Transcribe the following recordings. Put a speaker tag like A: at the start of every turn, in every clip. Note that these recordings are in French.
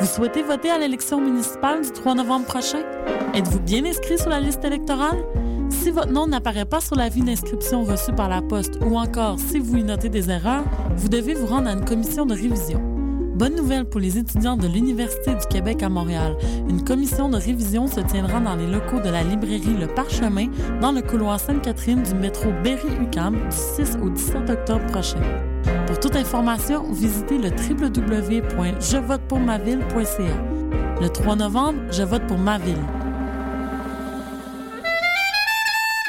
A: Vous souhaitez voter à l'élection municipale du 3 novembre prochain? Êtes-vous bien inscrit sur la liste électorale? Si votre nom n'apparaît pas sur l'avis d'inscription reçu par la poste ou encore si vous y notez des erreurs, vous devez vous rendre à une commission de révision. Bonne nouvelle pour les étudiants de l'Université du Québec à Montréal. Une commission de révision se tiendra dans les locaux de la librairie Le Parchemin, dans le couloir Sainte-Catherine du métro Berry-UQAM du 6 au 17 octobre prochain. Pour toute information, visitez le www.jevotepourmaville.ca. Le 3 novembre, je vote pour ma ville.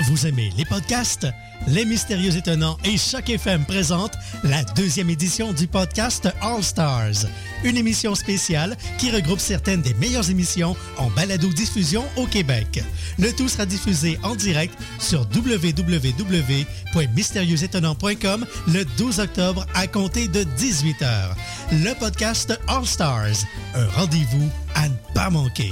B: Vous aimez les podcasts? Les Mystérieux Étonnants et Choc FM présentent la deuxième édition du podcast All Stars, une émission spéciale qui regroupe certaines des meilleures émissions en balado-diffusion au Québec. Le tout sera diffusé en direct sur www.mystérieuxétonnants.com le 12 octobre à compter de 18h. Le podcast All Stars, un rendez-vous à ne pas manquer.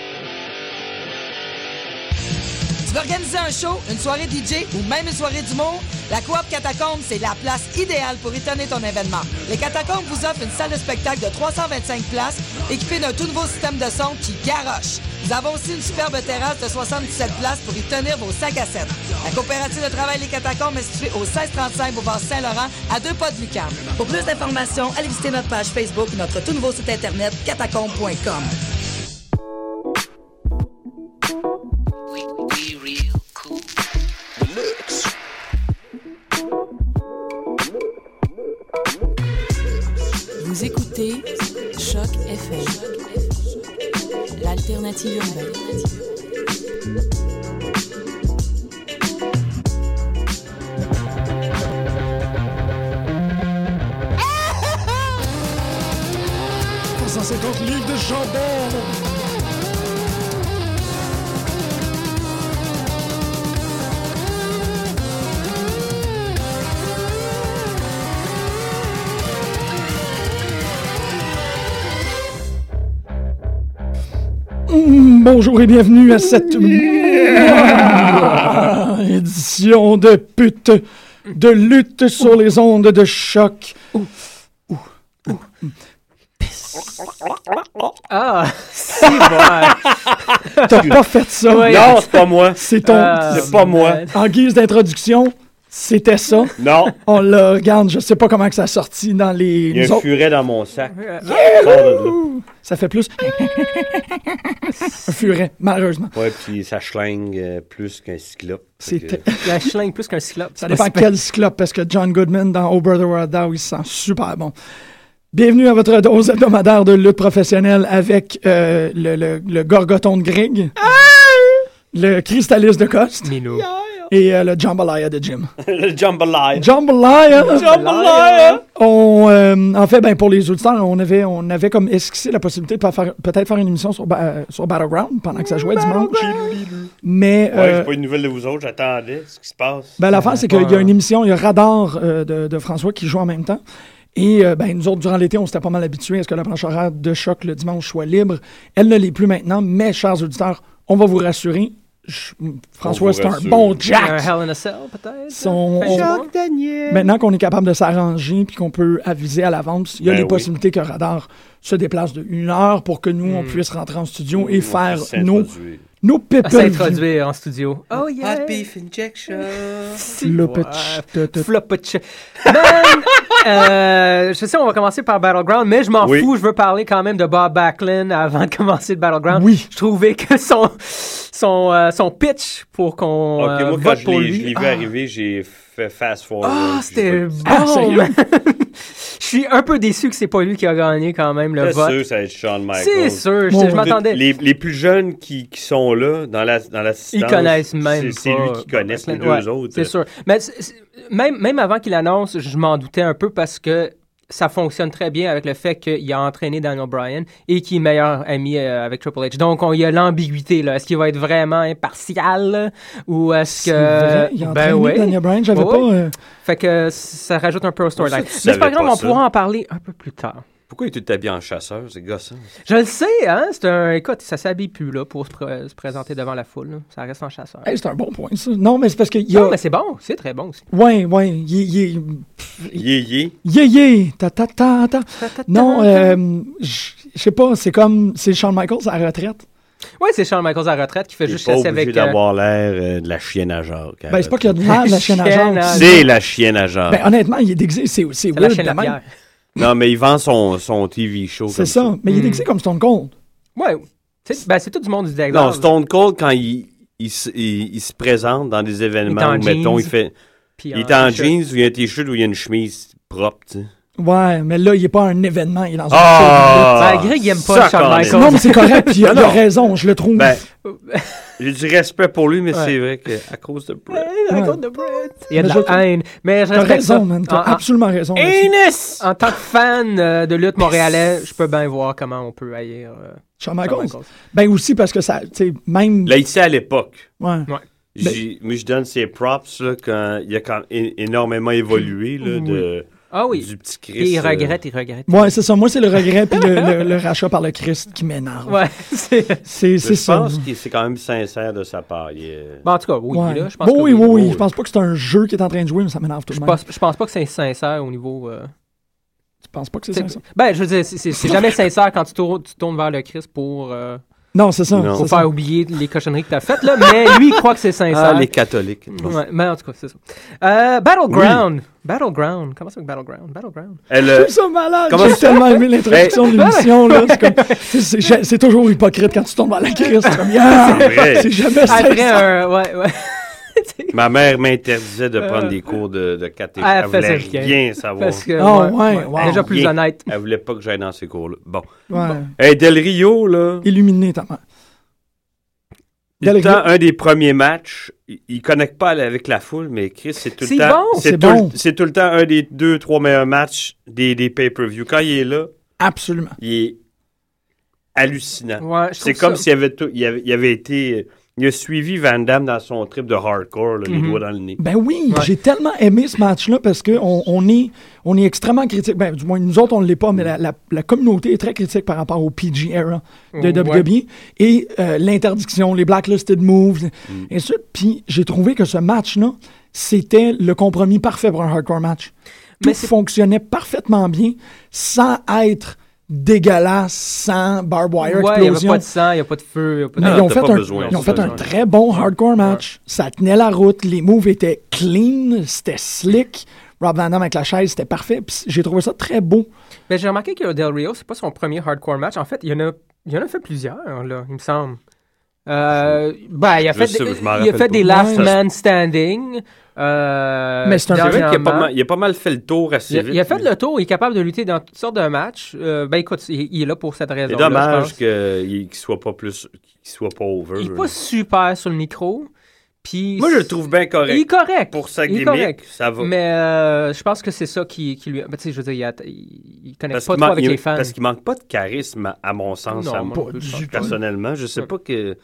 C: Tu veux organiser un show, une soirée DJ ou même une soirée d'humour? La Coop Catacombe, c'est la place idéale pour étonner ton événement. Les Catacombes vous offrent une salle de spectacle de 325 places équipée d'un tout nouveau système de son qui garoche. Nous avons aussi une superbe terrasse de 77 places pour y tenir vos 5 à 7. La coopérative de travail Les Catacombes est située au 1635 Boulevard Saint-Laurent, à deux pas de Lucarne. Pour plus d'informations, allez visiter notre page Facebook ou notre tout nouveau site internet catacombes.com.
D: Vous écoutez Choc FM, l'alternative urbaine.
E: livres de chandelle.
F: Mmh, Bonjour et bienvenue à cette édition de pute de lutte sur les ondes de choc.
G: Ah, si bon.
F: T'as pas fait ça.
G: Ouais.
H: Non, c'est pas moi.
F: C'est ton.
G: Ah,
H: C'est pas moi.
F: En guise d'introduction, c'était ça.
H: Non,
F: On le regarde, je sais pas comment que ça a sorti dans les.
H: il y a
F: nous
H: un
F: autres.
H: furet dans mon sac.
F: Ça fait plus. un furet, malheureusement.
H: Ouais, puis ça chlingue euh, plus qu'un cyclope. Fait que-
F: C'était-
G: La schlingue plus qu'un cyclope.
F: Ça dépend quel cyclope, parce que John Goodman dans Oh Brother Where Art Thou, il se sent super bon. Bienvenue à votre dose hebdomadaire de lutte professionnelle avec euh, le, le- le gorgoton de Greg, le cristallis de Coste
G: Milo.
F: et euh, le jambalaya de Jim.
H: Le jambalaya.
F: Jambalaya!
H: Jambalaya!
F: On, euh, en fait, ben, pour les auditeurs, on avait, on avait comme esquissé la possibilité de faire- peut-être faire une émission sur, Ba- euh, sur Battleground pendant que ça jouait dimanche. Mais
H: Ouais,
F: euh,
H: j'ai pas eu de nouvelles de vous autres, j'attendais ce qui se passe.
F: ben, l'affaire, c'est qu'il y a une émission, il y a Radar euh, de, de François qui joue en même temps. Et euh, ben, nous autres, durant l'été, on s'était pas mal habitués à ce que la planche horaire de choc le dimanche soit libre. Elle ne l'est plus maintenant, mais chers auditeurs, on va vous rassurer. Je- François,
H: vous
F: c'est un
H: rassure.
F: bon
G: Un
F: Jack.
G: Hell in a Cell, peut-être?
F: Son-
G: Fin de
F: on-
G: mois. Daniel.
F: Maintenant qu'on est capable de s'arranger puis qu'on peut aviser à l'avance, il y a
H: Ben
F: les
H: oui.
F: possibilités que Radar se déplace de une heure pour que nous, on puisse rentrer en studio et faire nos, nos
G: Ah, ça
F: pépites.
G: introduit en studio. Oh yeah!
E: injection.
G: Si.
F: Flopitch.
G: Ouais. Flopitch. Man, euh, je sais, on va commencer par Battleground, mais je m'en
H: Oui.
G: fous. Je veux parler quand même de Bob Backlund avant de commencer le Battleground.
F: Oui.
G: Je trouvais que son, son, euh, son pitch pour qu'on euh,
H: Ok, moi, quand
G: vote
H: je
G: pour
H: l'ai je l'ai
G: lui.
H: vu arriver, j'ai fait fast forward.
G: Ah,
H: puis
G: c'était
H: j'ai
G: bon!
F: Ah, sérieux?
G: man. Je suis un peu déçu que c'est pas lui qui a gagné quand même le
H: pas- C'est
G: vote.
H: sûr, ça va être Shawn
G: C'est
H: Michaels.
G: sûr, je,
F: Mon
G: je
F: Dieu,
G: m'attendais.
H: Les, les plus jeunes qui, qui sont là, dans la dans l'assistance,
G: Ils connaissent même
H: c'est- C'est
G: pas
H: lui qui connaît les
G: Backlund.
H: deux
G: Ouais,
H: autres.
G: C'est sûr. Mais c'est- c'est- même, même avant qu'il annonce, je m'en doutais un peu parce que ça fonctionne très bien avec le fait qu'il a entraîné Daniel Bryan et qu'il est meilleur ami euh, avec Triple H. Donc, on- il y a l'ambiguïté. là. Est-ce qu'il va être vraiment impartial là, ou est-ce que.
F: vrai, il a
G: Ben
F: entraîné Daniel Bryan, j'avais
G: Ouais,
F: pas,
G: ouais.
F: euh,
G: Fait que ça rajoute un peu au storyline.
H: Ça, tu
G: Mais c'est pas
H: savais
G: grave,
H: pas
G: on
H: ça.
G: pourra en parler un peu plus tard.
H: Pourquoi il est tout habillé en chasseur? C'est gossant.
G: Je le sais, hein? C'est un. Écoute, ça s'habille plus, là, pour se, pr- se présenter devant la foule. là. Ça reste en chasseur.
F: Hey, c'est un bon point, ça. Non, mais c'est parce qu'il y a.
G: Non, mais c'est bon. C'est très bon aussi.
F: Ouais, ouais. il- il-
H: Yé, yé.
F: Yeah, yeah, ta ta ta ta. Non, euh, je je sais pas, c'est comme c'est Shawn Michaels à la retraite.
G: Ouais, c'est Charles Michaels à la retraite qui fait
H: Il est
G: juste
H: pas
G: chasser
H: obligé
G: avec. euh,
H: d'avoir l'air euh, de la chienne à Jacques. à
F: Ben, c'est pas qu'il y a de
H: retraite.
F: l'air de la chaîne à
G: Chienne
F: genre.
G: à-
H: C'est la chienne à Jacques.
F: Ben, honnêtement, il est déguisé, c'est c'est
G: la
F: weird
G: chaîne à
F: de même.
G: Pierre.
H: Non, mais il vend son, son TV show.
F: C'est
H: comme
F: ça, mais il est
G: Hmm.
F: déguisé comme Stone Cold.
G: Ouais. C'est- Ben, c'est tout du monde du Daglar.
H: Non, Stone Cold, quand il, il, se- il- il se présente dans des événements,
G: Il est en
H: où, mettons, il
G: jeans.
H: fait.
G: Puis,
H: Il
G: euh,
H: est en
G: t-shirt.
H: jeans ou il y a un t-shirt ou il y a une chemise propre, tu sais.
F: Ouais, mais là, il est pas un événement, il est dans une
H: Ah!
G: Malgré qu'il Ben, aime pas
H: ça,
G: Shawn
H: quand
G: Michaels.
H: même.
F: Non, mais c'est correct, puis il a,
H: Non,
F: il a
H: non.
F: raison, je le trouve.
H: Ben, j'ai du respect pour lui, mais c'est vrai qu'à cause de Brett.
F: Ouais.
G: Il y a de
F: Mais je-
G: la haine. Mais je
F: T'as
G: respecte ça.
F: raison, man, t'as
G: En- en-
F: absolument raison. là-dessus.
G: Anus! En tant que fan euh, de lutte montréalais, je peux bien voir comment on peut haïr. euh,
F: Shawn
G: Shawn
F: Michaels.
G: Michaels.
F: Ben aussi parce que ça, tu sais, même.
H: Là, ici, à l'époque,
F: Ouais.
G: Ben,
H: j'ai- moi, je donne ses props, là, quand il a quand même é- énormément évolué, là, de,
G: Ah oui.
H: du petit Chris.
G: Et il
H: euh,
G: regrette, il regrette.
F: Ouais, c'est ça. Moi, c'est le regret puis le, le- le rachat par le Christ qui m'énerve.
G: Ouais, c'est.
F: C'est
H: mais
F: c'est
H: Je
F: ça.
H: pense que c'est quand même sincère de sa part. Il est- euh,
G: Bon, Ben, en tout cas, oui,
F: Ouais.
G: là, je pense
F: Bon,
G: que
F: oui, oui, oui.
H: oui.
F: Je pense pas que c'est un jeu qui est en train de jouer, mais ça m'énerve tout
G: Je
F: le monde.
G: pense, je pense pas que c'est sincère au niveau. euh,
F: Tu penses pas que c'est
G: t'sais,
F: ça, ça?
G: ben, je veux dire, c'est- c'est c'est jamais sincère quand tu tournes, tu tournes vers le Christ pour, euh,
F: Non, c'est ça.
H: Non.
F: c'est
G: pour
F: ça.
G: faire oublier les cochonneries que t'as faites, là, mais lui, il croit que c'est sincère.
H: Ah, les catholiques.
G: Ben, Ouais, mais en tout cas, c'est ça. Euh, Battleground. Battleground. Comment ça avec Battleground? Battleground.
H: Elle,
F: Je
H: euh,
F: trouve ça malade.
H: Comment
F: J'ai
H: ça-
F: tellement aimé l'introduction de l'émission. là. C'est comme- c'est- c'est- j'ai- C'est toujours hypocrite quand tu tombes à la crise. C'est comme, yeah!
H: vrai.
F: C'est jamais ça.
G: Ah, Après hein. un. Ouais, ouais.
H: ma mère m'interdisait de prendre des cours de, de catéchisme.
G: Ah,
H: Elle voulait
G: Euh, faisait rien.
H: rien savoir.
G: Parce que.
F: Ah, ouais, wow.
G: Déjà plus
H: Rien.
G: honnête.
H: Elle voulait pas que j'aille dans ces cours-là. Bon.
F: Ouais.
H: Hey, Del Rio, là.
F: Illuminé, ta mère. Del Rio-
H: Pourtant,
G: euh,
H: un des premiers matchs, il, il connecte pas avec la foule, mais Chris, c'est tout
G: C'est
H: le temps.
G: bon,
F: c'est
H: tout, le-
F: bon.
H: C'est tout le temps un des deux, trois meilleurs matchs des, des pay-per-view. Quand il est là,
F: Absolument.
H: il est hallucinant.
G: Ouais, je
H: c'est
G: trouve
H: comme
G: ça-
H: s'il avait, tout- il avait, il avait été. Il a suivi Van Damme dans son trip de hardcore, là, les
G: Mhm.
H: doigts dans le nez.
F: Ben oui,
G: Ouais.
F: j'ai tellement aimé ce match-là parce qu'on on est, on est extrêmement critique. Ben, du moins, nous autres, on ne l'est pas, mais la, la- la communauté est très critique par rapport au PG era de
G: Ouais.
F: WWE et euh, l'interdiction, les blacklisted moves,
G: Mm.
F: et ça. Puis j'ai trouvé que ce match-là, c'était le compromis parfait pour un hardcore match. Tout
G: Mais c'est-
F: fonctionnait parfaitement bien sans être dégueulasse, sans barbed
G: Ouais,
F: wire
G: il n'y avait
F: explosion.
G: pas de sang, il n'y a pas de feu, il n'y a pas de.
F: Mais
H: Ah,
F: ils ont
H: t'as
F: fait,
H: pas
F: un,
H: besoin,
F: ils ont
H: t'as
F: fait un
H: besoin.
F: très bon hardcore match. Ça tenait la route. Les moves étaient clean. C'était slick. Rob Van Damme avec la chaise, c'était parfait. Puis J'ai trouvé ça très beau.
G: Ben, j'ai remarqué que Del Rio, c'est pas son premier hardcore match. En fait, il y en a, il y en a fait plusieurs, là, il me semble. Euh, ben, il a
H: Je
G: fait,
H: sais,
G: des-
H: je m'en
G: il a
H: rappelle
G: fait des
H: pas.
G: last
H: Ouais.
G: man standing. euh,
F: Mais c'est un
H: C'est vrai qu'il a, pas
G: dernièrement.
H: mal- il a pas mal fait le tour assez
G: Il a,
H: vite.
G: il a fait
H: lui.
G: le tour, il est capable de lutter dans toutes sortes de matchs. Euh, ben écoute, il, il est là pour cette raison.
H: C'est dommage que- qu'il soit pas plus. qu'il soit pas over.
G: Il est
H: là.
G: pas super sur le micro. Puis
H: Moi, je le trouve bien correct.
G: Il est correct.
H: Pour sa
G: Il est
H: gimmick,
G: correct.
H: ça va.
G: Mais euh, je pense que c'est ça qui, qui lui. Ben, tu sais, je veux dire, il, a- il- il connecte
H: Parce
G: pas
H: qu'il
G: trop
H: manque-
G: avec
H: il-
G: les fans.
H: Parce qu'il manque pas de charisme, à, à mon sens.
G: Non,
H: à
G: moi
H: moi,
G: non plus, je pense pas.
H: personnellement, je sais pas que.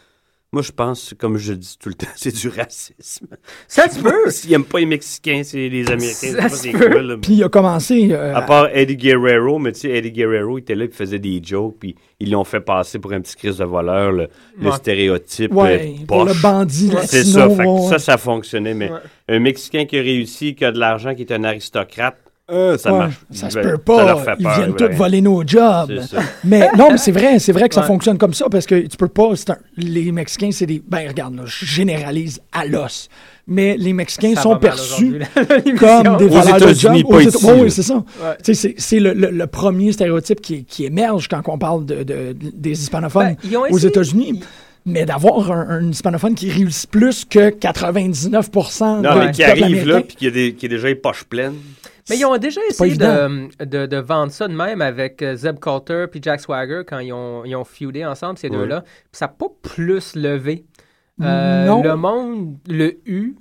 H: Moi, je pense, comme je dis tout le temps, c'est du racisme.
G: Ça se peut.
H: S'ils n'aiment pas les Mexicains, c'est les Américains.
G: Ça se
H: je sais pas c'est
G: peut.
H: quoi, là, mais-
F: Puis il a commencé. euh,
H: À part Eddie Guerrero, mais tu sais, Eddie Guerrero, il était là, il faisait des jokes, puis ils l'ont fait passer pour un petit crise de voleur, le, le
G: Ouais.
H: stéréotype.
F: ouais,
H: euh,
F: pour
H: poche.
F: le bandit
H: C'est
F: latino.
H: ça, fait que
F: ouais.
H: ça, ça fonctionnait, mais
G: Ouais.
H: un Mexicain qui a réussi, qui a de l'argent, qui est un aristocrate, euh, ça
F: Ouais,
H: marche.
F: ça
H: Ils
F: se
H: veulent-
F: peut
H: Ça
F: pas.
H: leur fait
F: Ils
H: peur,
F: viennent
H: voilà.
F: tous voler nos jobs.
H: C'est ça.
F: Mais non, mais c'est vrai, c'est vrai que ça
G: Ouais.
F: fonctionne comme ça parce que tu peux pas. c'est un- les Mexicains, c'est des. Ben regarde, là, je généralise à l'os. Mais les Mexicains
G: Ça va
F: sont
G: mal
F: perçus
G: aujourd'hui, là, l'émission.
F: comme des
H: Aux
F: valeurs de job.
H: États-Unis, pas
F: Aux
H: ici,
F: Éta- Oui,
H: là.
F: c'est ça. Tu sais, C'est c'est le, le- le premier stéréotype qui, qui émerge quand on parle de, de- des hispanophones
G: Ben, ils ont
F: aux
G: essayé-
F: États-Unis. Mais d'avoir un, un hispanophone qui réussit plus que 99
H: Non,
F: de-
H: mais
F: du peuple
H: qui arrive là,
F: américain.
H: puis qui a, des- qui a déjà les poches pleines.
G: Mais ils ont déjà
F: pas
G: essayé de, de, de vendre ça de même avec euh, Zeb Coulter puis Jack Swagger quand ils ont, ils ont feudé ensemble, ces deux-là. Puis ça n'a pas plus levé. Euh,
F: Non.
G: Le monde, le U,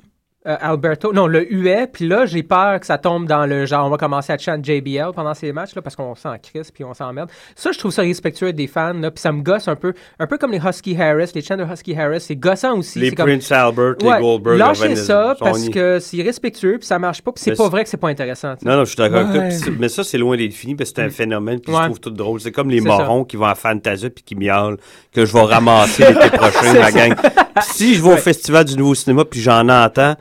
G: euh, Alberto, non, le huet, puis là, j'ai peur que ça tombe dans le genre, on va commencer à chanter JBL pendant ces matchs, là, parce qu'on s'en crisse, puis on s'emmerde. Ça, je trouve ça respectueux des fans, là, puis ça me gosse un peu, un peu comme les Husky Harris, les chants de Husky Harris, c'est gossant aussi.
H: Les
G: c'est comme-
H: Prince Albert, les
G: Ouais,
H: Goldberg,
G: Lâchez
H: Evanes-
G: ça, parce
H: Sonny.
G: que c'est irrespectueux, puis ça marche pas, puis c'est
H: Mais
G: pas
H: c'est-
G: vrai que c'est pas intéressant. tu sais.
H: Non, non, je suis d'accord avec toi.
G: Ouais. Mm.
H: Puis c'est- Mais ça, c'est loin d'être fini, parce que c'est un phénomène qui
G: Ouais.
H: se trouve tout drôle. C'est comme les
G: C'est ça.
H: morons qui vont à Fantasia puis qui miaulent que je vais ramasser l'été prochain,
G: C'est
H: ma
G: ça.
H: gang. Puis si je vais au Festival du Nouveau Cinéma puis j'en entends,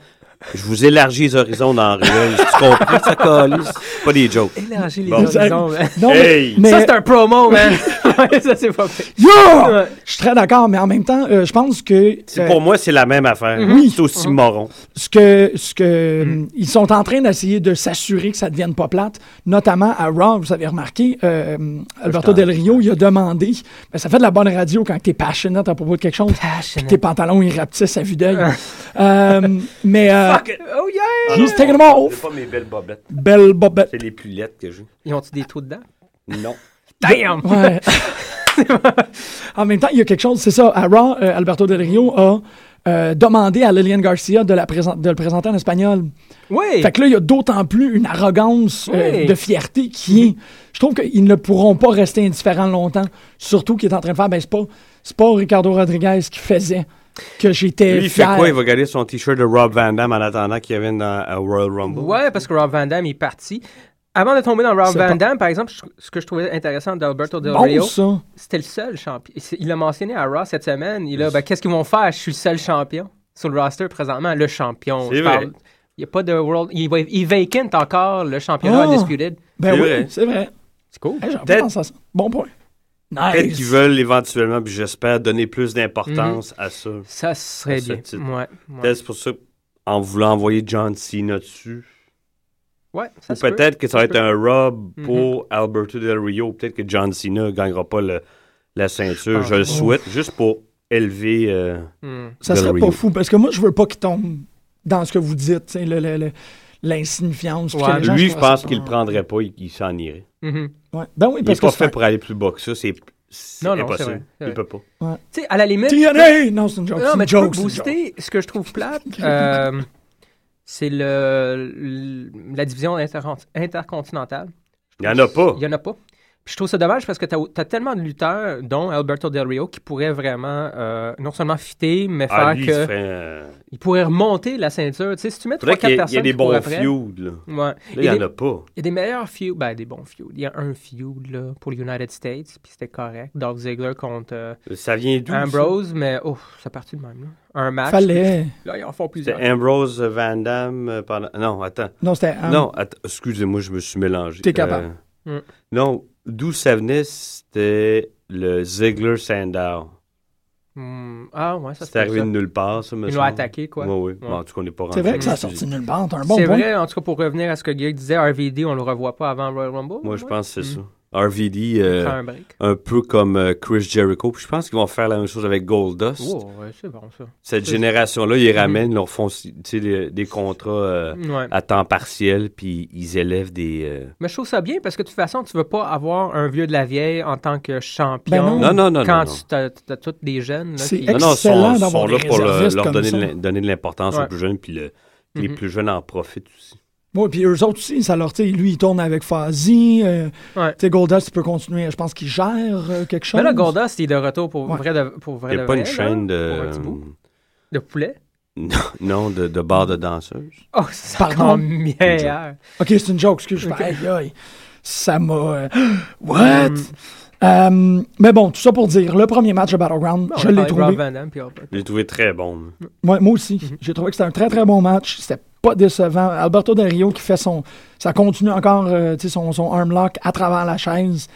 H: je vous élargis les horizons dans la ruelle. Tu comprends, ça, câlisse? C'est Pas des jokes.
G: Élargis les
H: Bon.
G: horizons, man.
H: Non, mais- Hey! mais-
G: Ça, c'est un promo, man. Ouais, ça, c'est pas fait.
F: Yeah! Je suis très d'accord, mais en même temps, euh, je pense que.
H: C'est-
F: euh,
H: Pour moi, c'est la même affaire.
F: Oui.
H: C'est aussi moron.
F: ce que, ce que hum, ils sont en train d'essayer de s'assurer que ça devienne pas plate, notamment à Raw, vous avez remarqué, euh, hum, Alberto Del Rio, il a demandé, ben, ça fait de la bonne radio quand t'es passionate à propos de quelque chose, puis que tes pantalons ils rapetissent à vue d'œil. Euh, mais euh,
G: Oh yeah!
F: He's taking them off.
H: J'ai pas mes belles bobettes.
F: Belle bobette.
H: C'est les plus lettres que j'ai.
G: Ils ont-tu des trous dedans?
H: Non.
G: Damn!
F: Ouais. en même temps, il y a quelque chose, c'est ça. À Raw, euh, Alberto Del Rio a euh, demandé à Lilian Garcia de, la présent- de le présenter en espagnol.
G: Oui.
F: Fait que là, il y a d'autant plus une arrogance euh,
G: Oui.
F: de fierté qui est. Je trouve qu'ils ne pourront pas rester indifférents longtemps. Surtout qu'il est en train de faire, ben, c'est pas, c'est pas Ricardo Rodriguez qui faisait que j'étais
H: Lui, il fait
F: fier.
H: quoi? Il va garder son T-shirt de Rob Van Damme en attendant qu'il vienne dans à Royal Rumble.
G: Ouais, parce que Rob Van Damme est parti. Avant de tomber dans Rob
H: C'est
G: Van
H: pas-
G: Damme, par exemple, je- ce que je trouvais intéressant d'Alberto Del
F: Bon,
G: Rio,
F: ça.
G: c'était le seul champion. Il l'a mentionné à Raw cette semaine. Il a, ben, qu'est-ce qu'ils vont faire? Je suis le seul champion sur le roster présentement. Le champion.
H: C'est
G: je
H: vrai.
G: parle. Il n'y a pas de World. Il, va- il vacante encore le championnat
F: Ah!
G: Undisputed.
F: Ben oui,
H: C'est vrai.
F: c'est vrai.
G: C'est cool.
F: Hey, j'avais pas
H: Peut-être-
F: pensé à ça. Bon point.
H: Peut-être
F: Nice.
H: qu'ils veulent éventuellement, puis j'espère, donner plus d'importance
G: Mhm.
H: à ça.
G: Ça serait
H: À ce
G: bien.
H: titre.
G: Ouais, ouais.
H: Peut-être c'est pour ça, en voulant envoyer John Cena dessus.
G: Ouais, ça
H: Ou
G: se peut.
H: peut-être que ça va
G: se
H: être
G: peut. Mhm.
H: un rub pour Alberto Del Rio. Peut-être que John Cena ne gagnera pas le- la ceinture.
G: Je
H: Je le
G: pense.
H: souhaite, juste pour élever euh,
F: Ça
G: Hmm.
H: Del
F: serait
H: Rio.
F: pas fou, parce que moi, je veux pas qu'il tombe dans ce que vous dites, tu sais, le- le- le- l'insignifiance. puis que les gens,
H: Lui,
F: trouveraient
H: je
F: ça
H: pense
F: pas-
H: qu'il ne prendrait pas, il, il s'en irait.
G: Mhm.
F: Ouais. Ben oui,
H: Il n'est
F: parce
H: pas
F: que c'est
H: fait pour aller plus bas que ça. C'est c'est
G: Non, non, c'est
H: impossible.
G: vrai, c'est
H: Il
G: vrai.
H: peut pas.
F: Ouais.
G: Tu sais, à la limite.
F: TNA! Non, c'est une joke.
G: Non,
F: c'est
G: mais
F: une
G: tu peux
F: joke. c'est une joke.
G: booster. Ce que je trouve plate, euh, c'est le, le- la division intercon- intercontinentale.
H: Il n'y en a pas.
G: Il n'y en a pas. Puis je trouve ça dommage parce que tu as, tellement de lutteurs, dont Alberto Del Rio, qui pourraient vraiment euh, non seulement fitter, mais faire
H: Ah, lui, il
G: que.
H: se ferait, euh,
G: Il pourrait remonter la ceinture. Tu sais, si tu mets
H: faudrait
G: 3-4
H: qu'il y ait-
G: personnes.
H: il y a des
G: qui courent
H: bons
G: après-
H: feuds. Là,
G: Ouais.
H: Là, il n'y
G: y a
H: en
G: des-
H: a pas.
G: il y a des meilleurs feuds. Ben, des bons feuds. Il y a un feud là, pour les United States, puis c'était correct. Dolph Ziggler contre euh,
H: Ça vient d'où? ça?
G: Ambrose, mais oh, ça partit de même. Là. Un match.
F: Fallait.
G: Là, ils en font plusieurs.
H: C'était Ambrose euh, Van Damme euh, pendant... Non, attends.
F: Non, c'était. un-
H: Non, att- excusez-moi, je me suis mélangé. Euh,
F: T'es capable.
G: Ah. Mm.
H: Non, d'où ça venait, c'était le Ziggler Sandow.
G: Hmm. Ah, ouais, ça
H: C'est arrivé de
G: Ils
H: nulle part, ça, me
G: l'ont
H: semble.
G: attaqué, quoi.
H: Ouais, oui,
G: Ouais.
H: Bon, en tout cas, on n'est pas rentré.
F: C'est vrai que ça a
H: là-dessus.
F: sorti nulle part. T'as un bon
G: c'est
F: point.
G: vrai, en tout cas, pour revenir à ce que Greg disait, RVD, on le revoit pas avant Royal Rumble.
H: Moi, je
G: ouais.
H: pense que c'est
G: Mm.
H: ça. RVD, euh,
G: Faire un break.
H: un peu comme euh, Chris Jericho. Puis je pense qu'ils vont faire la même chose avec Goldust.
G: Oh, Mm. ouais, c'est bon, ça.
H: Cette
G: c'est-
H: génération-là, ils ramènent, ils leur font tu sais, les- des contrats euh,
G: Ouais.
H: à temps partiel, puis ils élèvent des... euh,
G: Mais je trouve ça bien parce que de toute façon, tu veux pas avoir un vieux de la vieille en tant que
F: Ben
G: champion.
F: non.
H: Non, non, non,
G: Quand
H: non, non.
G: tu t'as, t'as tous des jeunes. Là,
F: C'est
G: qui-
H: Non, non, ils
F: Excellent
H: sont,
F: d'avoir
H: sont
F: des
H: là pour le-
F: réservistes
H: leur
F: comme
H: donner
F: ça.
H: de, l'im- donner de l'importance
G: Ouais.
H: aux plus jeunes, puis le- les
G: Mhm.
H: plus jeunes en profitent aussi.
F: Oui, puis eux autres aussi, ça leur. tu sais, lui, il tourne avec Fazi. Euh,
G: Ouais.
F: Tu sais, Goldust, il peut continuer. Je pense qu'il gère euh, quelque chose.
G: Mais là, Goldust, il est de retour pour
F: Ouais.
G: vrai de, pour vrai
H: Il n'y
G: de
H: a pas
G: vrai,
H: une
G: là,
H: chaîne
G: pour un
H: de,
G: petit bout. de poulet.
H: non, non, de, de bar de danseuses.
G: Oh, c'est
F: Pardon?
G: encore meilleur.
F: Ok, c'est une joke. Excuse. moi
G: Ok.
F: Aïe, aïe. Ça m'a. euh, What?
G: Mm.
F: Euh, mais bon, tout ça pour dire, le premier match de Battleground,
G: On
F: je
G: a
F: l'ai
G: parlé de
F: trouvé.
G: Rob Van Damme, puis Albert.
H: Je l'ai trouvé très bon.
F: Moi, moi aussi.
G: Mhm.
F: J'ai trouvé que c'était un très, très bon match. C'était pas décevant. Alberto Del Rio qui fait son. Ça continue encore euh, tu sais, son, son arm lock à travers la chaise.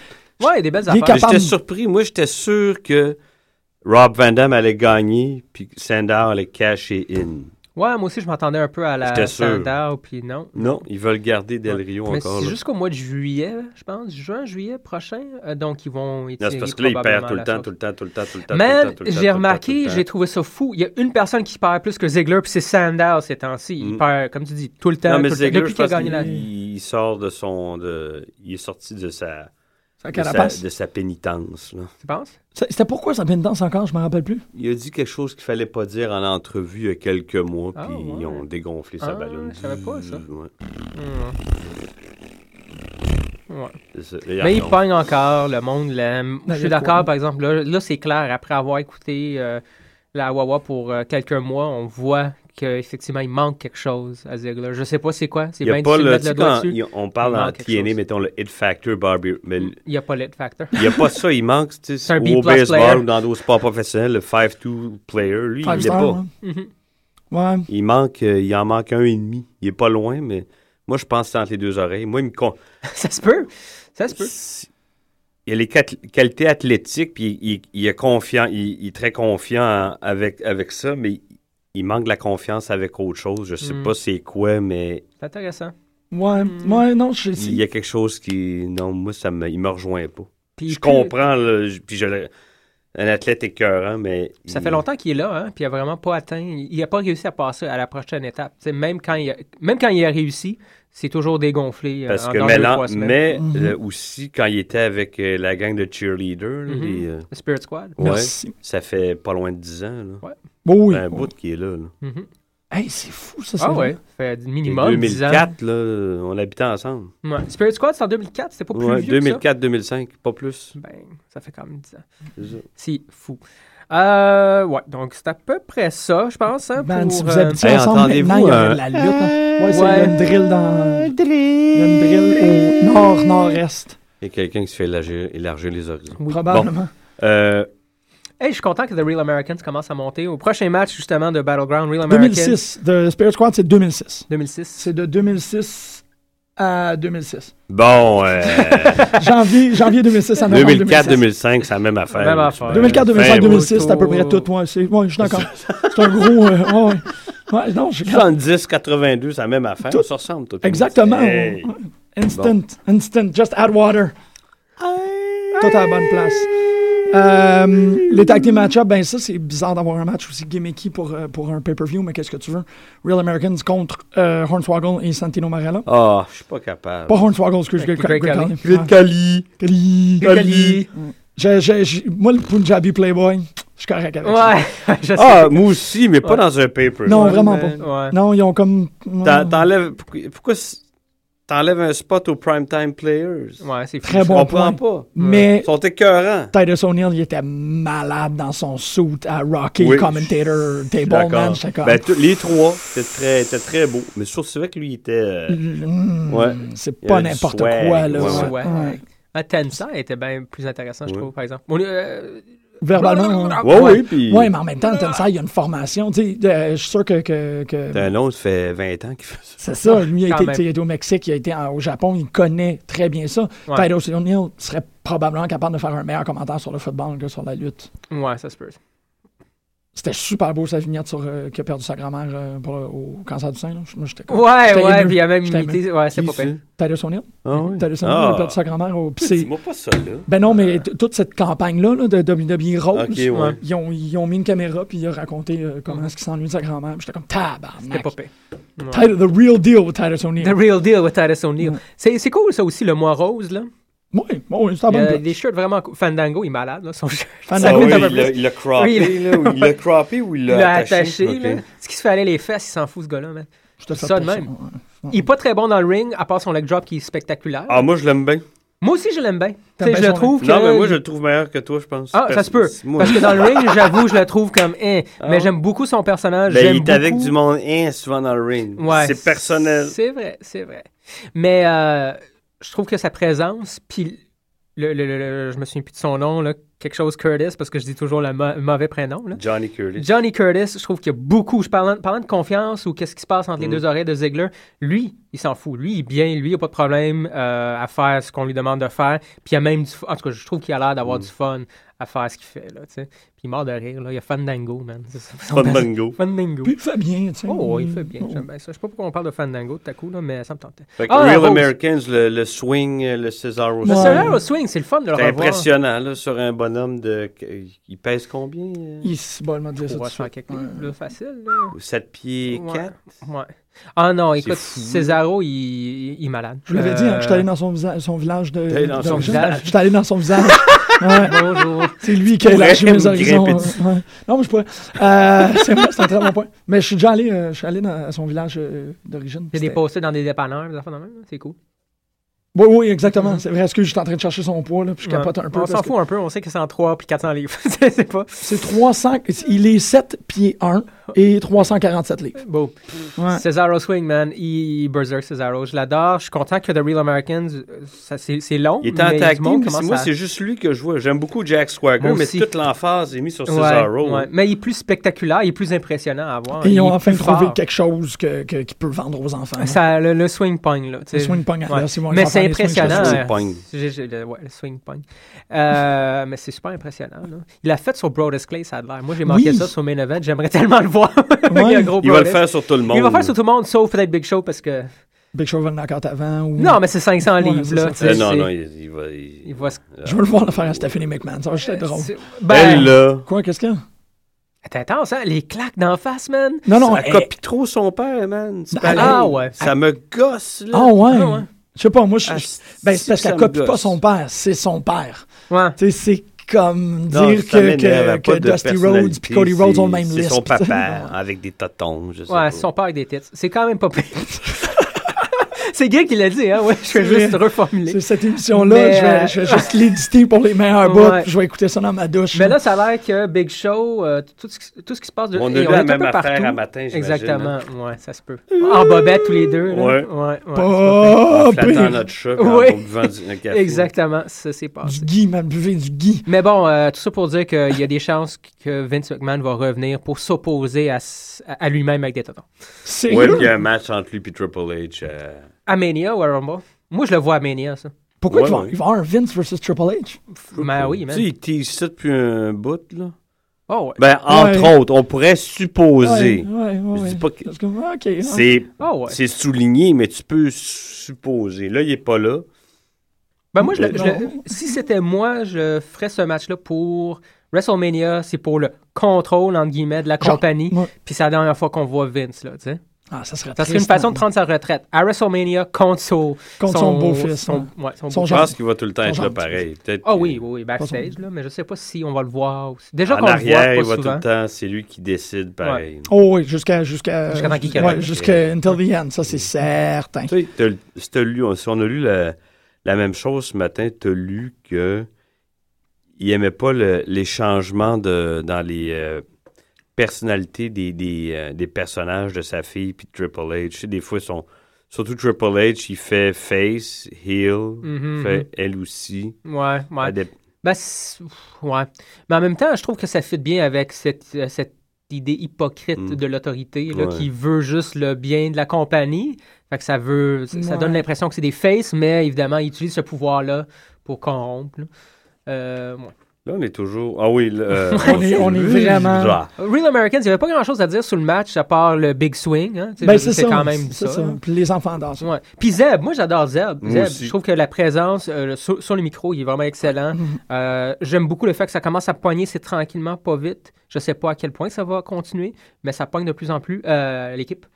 G: Ouais, il y a des belles
F: Il est
G: affaires.
F: capable-
H: J'étais surpris. Moi, j'étais sûr que Rob Van Damme allait gagner, puis que Sandow allait cacher in.
G: Ouais, moi aussi, je m'attendais un peu à la
H: J'étais sûr.
G: Sandow, puis non.
H: Non, ils veulent garder Del Rio
G: Mais
H: encore.
G: c'est
H: là.
G: jusqu'au mois de juillet, je pense, juin, juillet prochain. euh, donc, ils vont
H: Non,
G: étirer
H: c'est parce que là, ils perdent tout le
G: probablement
H: temps,
G: la
H: tout le temps, tout le temps, tout le temps. tout le temps,
G: Man,
H: tout le temps, tout le
G: j'ai
H: temps, tout
G: remarqué,
H: le temps.
G: j'ai trouvé ça fou. Il y a une personne qui perd plus que Ziggler, puis c'est Sandow ces temps-ci. Il
H: Mm.
G: perd, comme tu dis, tout le temps.
H: Non, mais
G: tout le temps.
H: Ziggler,
G: Depuis
H: je
G: qu'il a
H: pense
G: gagné la.
H: qu'il- il sort de son... de- il est sorti de sa...
F: Sa
H: de, sa,
F: carapace.
H: de sa pénitence. là.
G: Tu penses?
F: Ça- C'était pourquoi sa pénitence encore, je m'en rappelle plus.
H: Il a dit quelque chose qu'il fallait pas dire en entrevue il y a quelques mois,
G: Ah,
H: puis
G: ouais.
H: ils ont dégonflé sa
G: Ah,
H: ballonne.
G: je savais pas ça.
H: Ouais,
G: Hmm. Ouais.
H: c'est ça. Là,
G: Mais il
H: retombe.
G: pogne encore, le monde l'aime. Je
F: Ben, il y a
G: suis
F: de quoi.
G: d'accord, par exemple, là, là, c'est clair, après avoir écouté euh, la Wawa pour euh, quelques mois, on voit qu'effectivement, il manque quelque chose à Ziggler. Je sais pas c'est quoi, c'est
H: Il y a
G: bien
H: pas
G: difficile de
H: le,
G: mettre
H: tu sais,
G: le doigt
H: quand
G: dessus.
H: il- on parle
G: Il
H: en
G: manque quelque
H: TNA,
G: chose.
H: mettons le hit factor Barbie, mais l-
G: Il n'y a pas l'it factor.
H: il n'y a pas ça, il manque tu sais,
G: C'est un
H: au
G: B-plus
H: baseball
G: player.
H: ou dans d'autres sports professionnels, le 5-2 player, lui,
F: Five
H: il n'est
F: Star,
H: pas.
F: ouais.
G: Mhm.
F: Ouais.
H: Il manque, euh, il en manque un et demi. Il est pas loin, mais moi je pense que c'est entre les deux oreilles. Moi, il me con-
G: ça se peut, ça se peut.
H: Si- Il a les quat- qualités athlétiques, puis il, il- il est confiant, il, il est très confiant en- avec, avec ça, mais il, il manque de la confiance avec autre chose. Je sais
G: Mm.
H: pas c'est quoi, mais
G: C'est intéressant.
F: Ouais. Ouais, non, je
H: il y a quelque chose qui, non, moi ça me, il me rejoint pas.
G: Puis il
H: je
G: pue.
H: comprends, là, je- puis je le- un athlète écœurant, mais
G: Ça
H: il-
G: fait longtemps qu'il est là, hein, puis il a vraiment pas atteint, il n'a pas réussi à passer à la prochaine étape. Tu sais, même quand il a, même quand il a réussi, c'est toujours dégonflé. euh,
H: Parce
G: en-
H: que
G: dans deux,
H: Mélan-
G: trois semaines.
H: mais
F: Mhm.
H: euh, aussi quand il était avec euh, la gang de cheerleaders, là,
G: Mhm.
H: les, euh,
G: Le Spirit Squad.
H: ouais, Ben,
F: Merci.
H: ça fait pas loin de 10 ans. Là.
F: Bon, oui.
H: un bout qui est là. là.
G: Mhm.
F: Hey, c'est fou, ça, c'est
G: Ah
F: vrai.
G: ouais, fait du minimum 10 ans.
H: 2004, là, on habitait ensemble.
G: Ouais. Spirit Squad, c'est en 2004, c'était pas plus
H: Ouais,
G: vieux que ça.
H: 2004-2005, pas plus.
G: Ben, ça fait quand même 10 ans.
H: C'est ça.
G: C'est fou. Euh, ouais, donc c'est à peu près ça, je pense. Hein,
F: Man,
G: pour,
F: si vous
G: euh,
F: habitiez
H: Hey,
F: ensemble
H: entendez-vous,
F: maintenant, il y aurait
H: euh,
F: de la lutte. hein. Ouais, c'est il y a une
G: ouais.
F: drill dans... Il y a une drill au nord-nord-est,
H: Il y a quelqu'un qui se fait élargir, élargir les horizons.
G: Mm.
F: probablement.
H: Euh,
G: hey, je suis content que The Real Americans commence à monter. Au prochain match, justement, de Battleground, Real Americans
F: 2006. The Spirit Squad, c'est 2006.
G: 2006.
F: C'est de 2006 à 2006.
H: bon, euh,
F: janvier, janvier 2006 à novembre 2006.
H: 2004-2005, c'est la même affaire.
G: Même
H: là,
G: affaire.
H: tu sais.
F: 2004, 2005,
H: Fin,
F: 2006, c'est à peu près
G: autour.
F: tout. Ouais, c'est- ouais, je suis d'accord. C'est un gros. euh, ouais, ouais. Ouais, non, je-
H: 70, 82, c'est la même affaire.
F: Tout-
H: On se ressemble, toi, puis
F: Exactement.
H: moi. Hey.
F: Ouais. Instant. Instant. Just add water. Tout à la bonne place. Euh, les tag team match-up, ben ça, c'est bizarre d'avoir un match aussi gimmicky pour, euh, pour un pay-per-view, mais qu'est-ce que tu veux? Real Americans contre euh, Hornswoggle et Santino Marella.
H: Ah, je suis pas capable.
F: Pas Hornswoggle, excuse, Ah, Great
G: Great Khali.
F: Great Khali. Khali.
H: Cali.
G: Cali.
F: Je- je- je- Moi, le Punjabi Playboy, je suis correct avec ça.
G: Ouais, je sais.
H: Ah, moi aussi, mais pas
G: Ouais.
H: dans un paper.
F: Non, vraiment
H: mais-
F: pas.
G: Ouais.
F: Non, ils ont comme.
H: T'en- T'enlèves. Pourquoi, pourquoi s- t'enlèves un spot aux primetime players?
G: Ouais, c'est fou.
F: Très
H: Je
F: bon
H: comprends
F: point.
H: pas.
F: Mais
H: Ils sont écœurants.
F: Titus O'Neill, il était malade dans son suit à Rocky
H: Oui.
F: Commentator Table, man.
H: D'accord.
F: J'étais comme,
H: Ben, tous- les trois, c'était très, c'était très beau. Mais surtout, c'est vrai que lui, il était. euh,
F: Mm,
H: Ouais.
F: C'est
H: Il y
F: pas
H: avait du
F: n'importe
H: swag,
F: quoi, là.
H: ouais,
F: ouais.
G: ouais.
F: Ouais.
G: Ah, Tenzin était bien plus intéressant, je
H: Ouais.
G: trouve, par exemple. On est, euh,
F: Verbalement.
G: Ah,
F: ouais.
H: Ouais, oui, puis.
F: Ouais, mais en même temps, Tensai, il y a une formation. Tu sais, euh, je suis sûr que. que- que-
H: T'as un autre, ça fait 20 ans qu'il fait ça.
F: c'est ça, lui, il a,
G: Quand
F: été,
G: même.
F: tu sais, il a été au Mexique, il a été en- au Japon, il connaît très bien ça.
G: Ouais.
F: Titus O'Neill serait probablement capable de faire un meilleur commentaire sur le football que sur la lutte.
G: ouais, ça se peut.
F: C'était super beau, sa vignette sur euh, qui a perdu sa grand-mère euh, pour le- au cancer du sein. Là. Moi, j'étais comme,
G: Ouais,
F: J'étais
G: ouais,
F: ému.
G: puis il a même
F: J'étais
G: imité. Ouais, c'est
H: Qui
G: pas
H: ça?
G: pire.
F: Titus O'Neill?
H: Ah, oui.
F: Titus O'Neill il a
H: Ah.
F: perdu sa grand-mère au. puis c'est-
H: Dis-moi pas ça, là.
F: Ben non, mais t- toute cette campagne-là là, de WWE Rose,
H: Ok, ouais.
G: ouais.
F: ils, ont, ils ont mis une caméra puis il a raconté euh, comment est-ce qu'il s'ennuie de sa grand-mère. Puis J'étais comme
G: C'était
F: tabarnak.
G: pas pire.
F: Tyler- the real deal with Titus O'Neill.
G: The Real Deal with Titus O'Neill.
F: Ouais.
G: C'est c'est cool, ça aussi, le mois rose, là.
F: Oui, oui, c'est la
G: Il y
F: bonne
G: a
F: place.
G: des shirts vraiment cool. Fandango, il est malade, là, son shirt.
H: Ah
F: Ah, Fandango,
H: oui,
F: t'as
H: il
F: pas
H: l'a-
F: plus.
H: il l'a croppé,
G: Oui,
H: là. ou Il l'a croppé ou il
G: Il l'a
H: l'a
G: attaché,
H: attaché?
G: là.
H: Ok.
G: Ce qui se fait aller les fesses, il s'en fout, ce gars-là, man.
F: Je te fais
G: Ça de
F: pas
G: même.
F: ouais. Ouais.
G: Il est pas très bon dans le ring, à part son leg drop qui est spectaculaire.
H: Ah, moi, je l'aime bien.
G: Moi aussi, je l'aime bien. Tu
F: T'aimes
G: sais, je
F: bien
G: le
F: son
G: trouve.
H: Non,
G: que-
H: mais moi, je le trouve meilleur que toi, je pense.
G: Ah, ça se peut.
H: Moi,
G: Parce que dans le ring, j'avoue, je le trouve comme. hein.
H: Ah
G: mais
H: ouais?
G: j'aime beaucoup son personnage.
H: Ben,
G: j'aime
H: il est avec
G: beaucoup-
H: du monde hein, souvent dans le ring.
G: Ouais,
H: c'est personnel.
G: C'est vrai, c'est vrai. Mais euh, je trouve que sa présence, puis le, le- le- le- je me souviens plus de son nom, là, quelque chose Curtis, parce que je dis toujours le mo- mauvais prénom. Là.
H: Johnny Curtis.
G: Johnny Curtis, je trouve qu'il y a beaucoup. Je parlant, parlant de confiance ou qu'est-ce qui se passe
H: Mm.
G: entre les deux oreilles de Ziegler, lui, il s'en fout. Lui, il est bien, lui, il n'a pas de
H: Mm.
G: problème euh, à faire ce qu'on lui demande de faire. Puis il y a même du. f- En tout cas, je trouve qu'il a l'air d'avoir du fun à faire ce qu'il fait. Là, tu sais. Puis il mord de rire. Là. Il y a Fandango, man. C'est ça.
H: Fandango.
G: Fandango.
F: Puis il fait bien, tu sais.
G: Oh, oui, il fait
F: Mm.
G: bien. J'aime bien ça. Je sais pas pourquoi on parle de Fandango tout à coup, là, mais ça me tentait.
H: Fait que
G: Ah, la
H: Real
G: Rose.
H: Americans, le, le swing, euh, le Cesaro.
G: Le
H: Swing.
G: Solar au Swing, c'est le fun de le
H: C'est
G: revoir.
H: impressionnant, là, sur un bonhomme de. Il pèse combien euh?
F: Il se bat, il m'a dit ça. tout de
G: 300
F: suite.
G: quelques livres, là, facile. Là.
H: 7 pieds
G: Ouais.
H: 4.
G: Ouais. Ah non, écoute,
H: fou.
G: Cesaro, il, il- il est malade.
F: Je vous l'avais dit, hein,
G: Euh,
F: je suis allé dans son, visa- son village de.
H: allé dans son
F: d'origine.
G: village.
F: Je suis allé dans son visage.
G: Bonjour.
F: C'est lui qui a
H: Tu pourrais
F: élargi mes
H: me
F: horizons.
H: grimper dessus.
F: hein. Ouais. Non, mais je pourrais. Euh, c'est vrai, c'est un très bon point. Mais je suis déjà allé, euh, je suis allé dans, à son village euh, d'origine.
G: J'ai des
F: C'était-
G: posters dans des dépanneurs, des affaires de même, là. c'est cool.
F: Oui, oui, exactement. C'est vrai, est-ce que je suis en train de chercher son poids, là, puis je capote un
G: on
F: peu. parce
G: s'en
F: que
G: fout un peu, on sait que c'est en 3 puis 400 livres. c'est c'est pas.
F: C'est 300. Il est 7 pieds 1 et 347 livres.
G: Bon.
F: Ouais.
G: Cesaro Swing, man. Il, il berserk Cesaro. Je l'adore. Je suis content que The Real Americans, euh, ça, c'est, c'est long.
H: Il est en
G: mais
H: tag
G: du monde
H: team,
G: commence
H: mais moi,
G: à-
H: c'est juste lui que je vois. J'aime beaucoup Jack Swagger,
G: Moi
H: mais
G: aussi.
H: toute l'emphase est mise sur
G: Ouais,
H: Cesaro.
G: ouais. Mais il est plus spectaculaire, il est plus impressionnant à voir.
F: Et
G: il
F: ils ont
G: est
F: enfin
G: plus
F: trouvé
G: fort.
F: quelque chose que, que- qui peut vendre aux enfants. hein.
G: Ça, le, le swing pong, là. tu sais.
F: Le swing pong, là, c'est mon
G: mais
F: grand-père,
G: c'est
F: les swing
G: impressionnant.
H: swing
G: hein.
H: pong.
G: J'ai- j'ai le- ouais, le swing pong. Euh, mais c'est super impressionnant. là. Il l'a fait sur Brodus Clay, ça a l'air. Moi, j'ai manqué
F: Oui.
G: ça sur Main Event. J'aimerais tellement le voir. il y a un gros
H: Il va le
G: Brodus.
H: faire sur tout le monde.
G: Il va faire sur tout le monde, sauf peut-être Big Show, parce que.
F: Big Show va le knock-out avant. Ou...
G: Non, mais c'est 500
F: Mm. Ouais,
G: livres,
F: c'est
G: là.
F: ça.
G: tu sais,
H: Euh, non,
G: c'est-
H: non, il, il va. Il... Ah.
G: il va se-
F: Je veux le voir le faire à Stephanie McMahon. Ça va juste être drôle.
G: c'est-
H: Elle,
G: Ben,
H: là.
F: Quoi, qu'est-ce qu'il y a?
G: t'es intense, hein? Les claques d'en face, man.
F: Non, non,
H: ça
F: elle-
H: copie trop son père, man. C'est
F: Non,
H: pareil.
G: ah ouais.
H: Ça me gosse, là.
F: Ah ouais.
G: Ah ouais.
F: Je sais pas, moi, je,
H: Ah,
F: je- ben, c'est parce
H: ça
F: qu'elle
H: me
F: copie pas
H: gosse.
F: son père, c'est son père.
G: Ouais.
F: Tu sais, c'est comme dire
H: Non, ça
F: que,
H: m'énerve, elle
F: que,
H: a
F: que
H: pas de
F: Dusty Rhodes
H: personnalité,
F: et Cody Rhodes ont le
H: c'est-
F: même liste.
H: C'est son papa, avec des tatons, je sais
G: Ouais,
H: pas.
G: son père avec des têtes. C'est quand même pas pire. c'est Guy qui l'a dit, hein? Ouais, je vais
F: C'est
G: juste
F: vrai.
G: reformuler.
F: C'est cette émission-là,
G: Mais,
F: je,
G: euh,
F: vais, je vais juste l'éditer pour les meilleurs bouts,
G: Ouais.
F: puis je vais écouter ça dans ma douche.
G: Mais là, ça a l'air que Big Show, euh, tout, ce qui, tout ce qui se passe de
H: On
G: et
H: a eu
G: est
H: la
G: un
H: même
G: peu
H: affaire
G: partout.
H: à matin, j'imagine, hein.
G: Exactement, ouais, ça se peut. En bobette tous les deux. là.
H: Ouais.
G: ouais, ouais.
F: pas
G: Ah,
H: On
G: ben.
H: flattant
F: pire.
H: notre chat quand
G: Oui.
H: on buvant du un café.
G: Exactement, ça s'est
F: Du
G: passé.
F: gui, man, buvez du gui.
G: Mais bon, euh, tout ça pour dire qu'il y a des chances que Vince McMahon va revenir pour s'opposer à, s- à lui-même avec des tontons.
F: C'est
H: Ouais, puis euh, il y a un match entre lui et Triple H. euh,
G: À Mania ou à Rumble? Moi, je le vois à Mania, ça.
F: Pourquoi
H: Ouais,
F: tu vas,
H: ouais.
F: il va avoir un Vince versus Triple H?
G: Ben oui,
H: Tu
G: man.
H: sais, il tease ça depuis un bout, là.
G: Oh, ouais.
H: Ben, entre
F: Ouais.
H: autres, on pourrait supposer.
F: Ouais, ouais, ouais,
H: Je
F: ouais.
H: dis pas que-
F: Parce que- ok, ouais.
H: C'est
G: Oh, ouais.
H: c'est souligné, mais tu peux supposer. Là, il n'est pas là.
G: Ben moi, je le- je le-
F: Non.
G: si c'était moi, je ferais ce match-là pour WrestleMania. C'est pour le contrôle, entre guillemets, de la
F: Genre,
G: compagnie.
F: ouais.
G: Puis c'est la dernière fois qu'on voit Vince, là, tu sais.
F: Ah, ça serait
G: Ça serait une
F: triste,
G: façon
F: man.
G: de prendre sa retraite. À WrestleMania, contre son...
F: Contre son beau-fils,
G: Son, ouais, son
F: Son
G: beau-
H: Je
F: genre-
H: pense qu'il va tout le temps être
F: genre-
H: là pareil. Peut-être
G: Ah
H: que-
G: oui, oui, oui, backstage, là. Mais je sais pas si on va le voir. aussi. Déjà
H: En
G: qu'on le
H: arrière, il
G: voit pas
H: va tout
G: souvent.
H: le temps. C'est lui qui décide pareil.
F: Oh oui, jusqu'à... Jusqu'à
G: Jusqu'à temps qu'il craque.
F: ouais, jusqu'à Until the End, ça c'est certain.
H: Tu sais, t'as- si t'as lu, on, si on a lu la, la même chose ce matin, t'as lu que il aimait pas le- les changements de, dans les euh, personnalités des, des, euh, des personnages de sa fille puis de Triple H. Tu sais, des fois, ils sont, surtout Triple H, il fait face, heel,
F: Mm-hmm,
G: Mhm,
H: fait elle aussi.
G: Ouais, ouais.
H: Adep-
G: Ben, c'est- ouf, ouais. Mais en même temps, je trouve que ça fit bien avec cette, euh, cette idée hypocrite
H: Mm.
G: de l'autorité là,
H: Ouais.
G: qui veut juste le bien de la compagnie. Fait que ça veut, ça, ça
F: Ouais.
G: donne l'impression que c'est des faces, mais évidemment, ils utilisent ce pouvoir-là pour corrompre. là. Euh, ouais.
H: Là, on est toujours. Ah oui, là, euh,
F: On est- on est vraiment-
H: Ah,
G: Real Americans, il n'y avait pas grand-chose à dire sur le match à part le big swing. hein. Tu sais,
F: Ben,
G: je veux dire, c'est quand même
F: c'est
G: ça. là.
F: Puis les enfants dansent.
G: Ouais. Puis Zeb, moi j'adore Zeb.
H: Moi
G: Zeb,
H: aussi.
G: je trouve que la présence euh, sur, sur le micro, il est vraiment excellent.
F: Mm-hmm.
G: Euh, J'aime beaucoup le fait que ça commence à poigner, c'est tranquillement, pas vite. Je sais pas à quel point ça va continuer, mais ça poigne de plus en plus euh, l'équipe.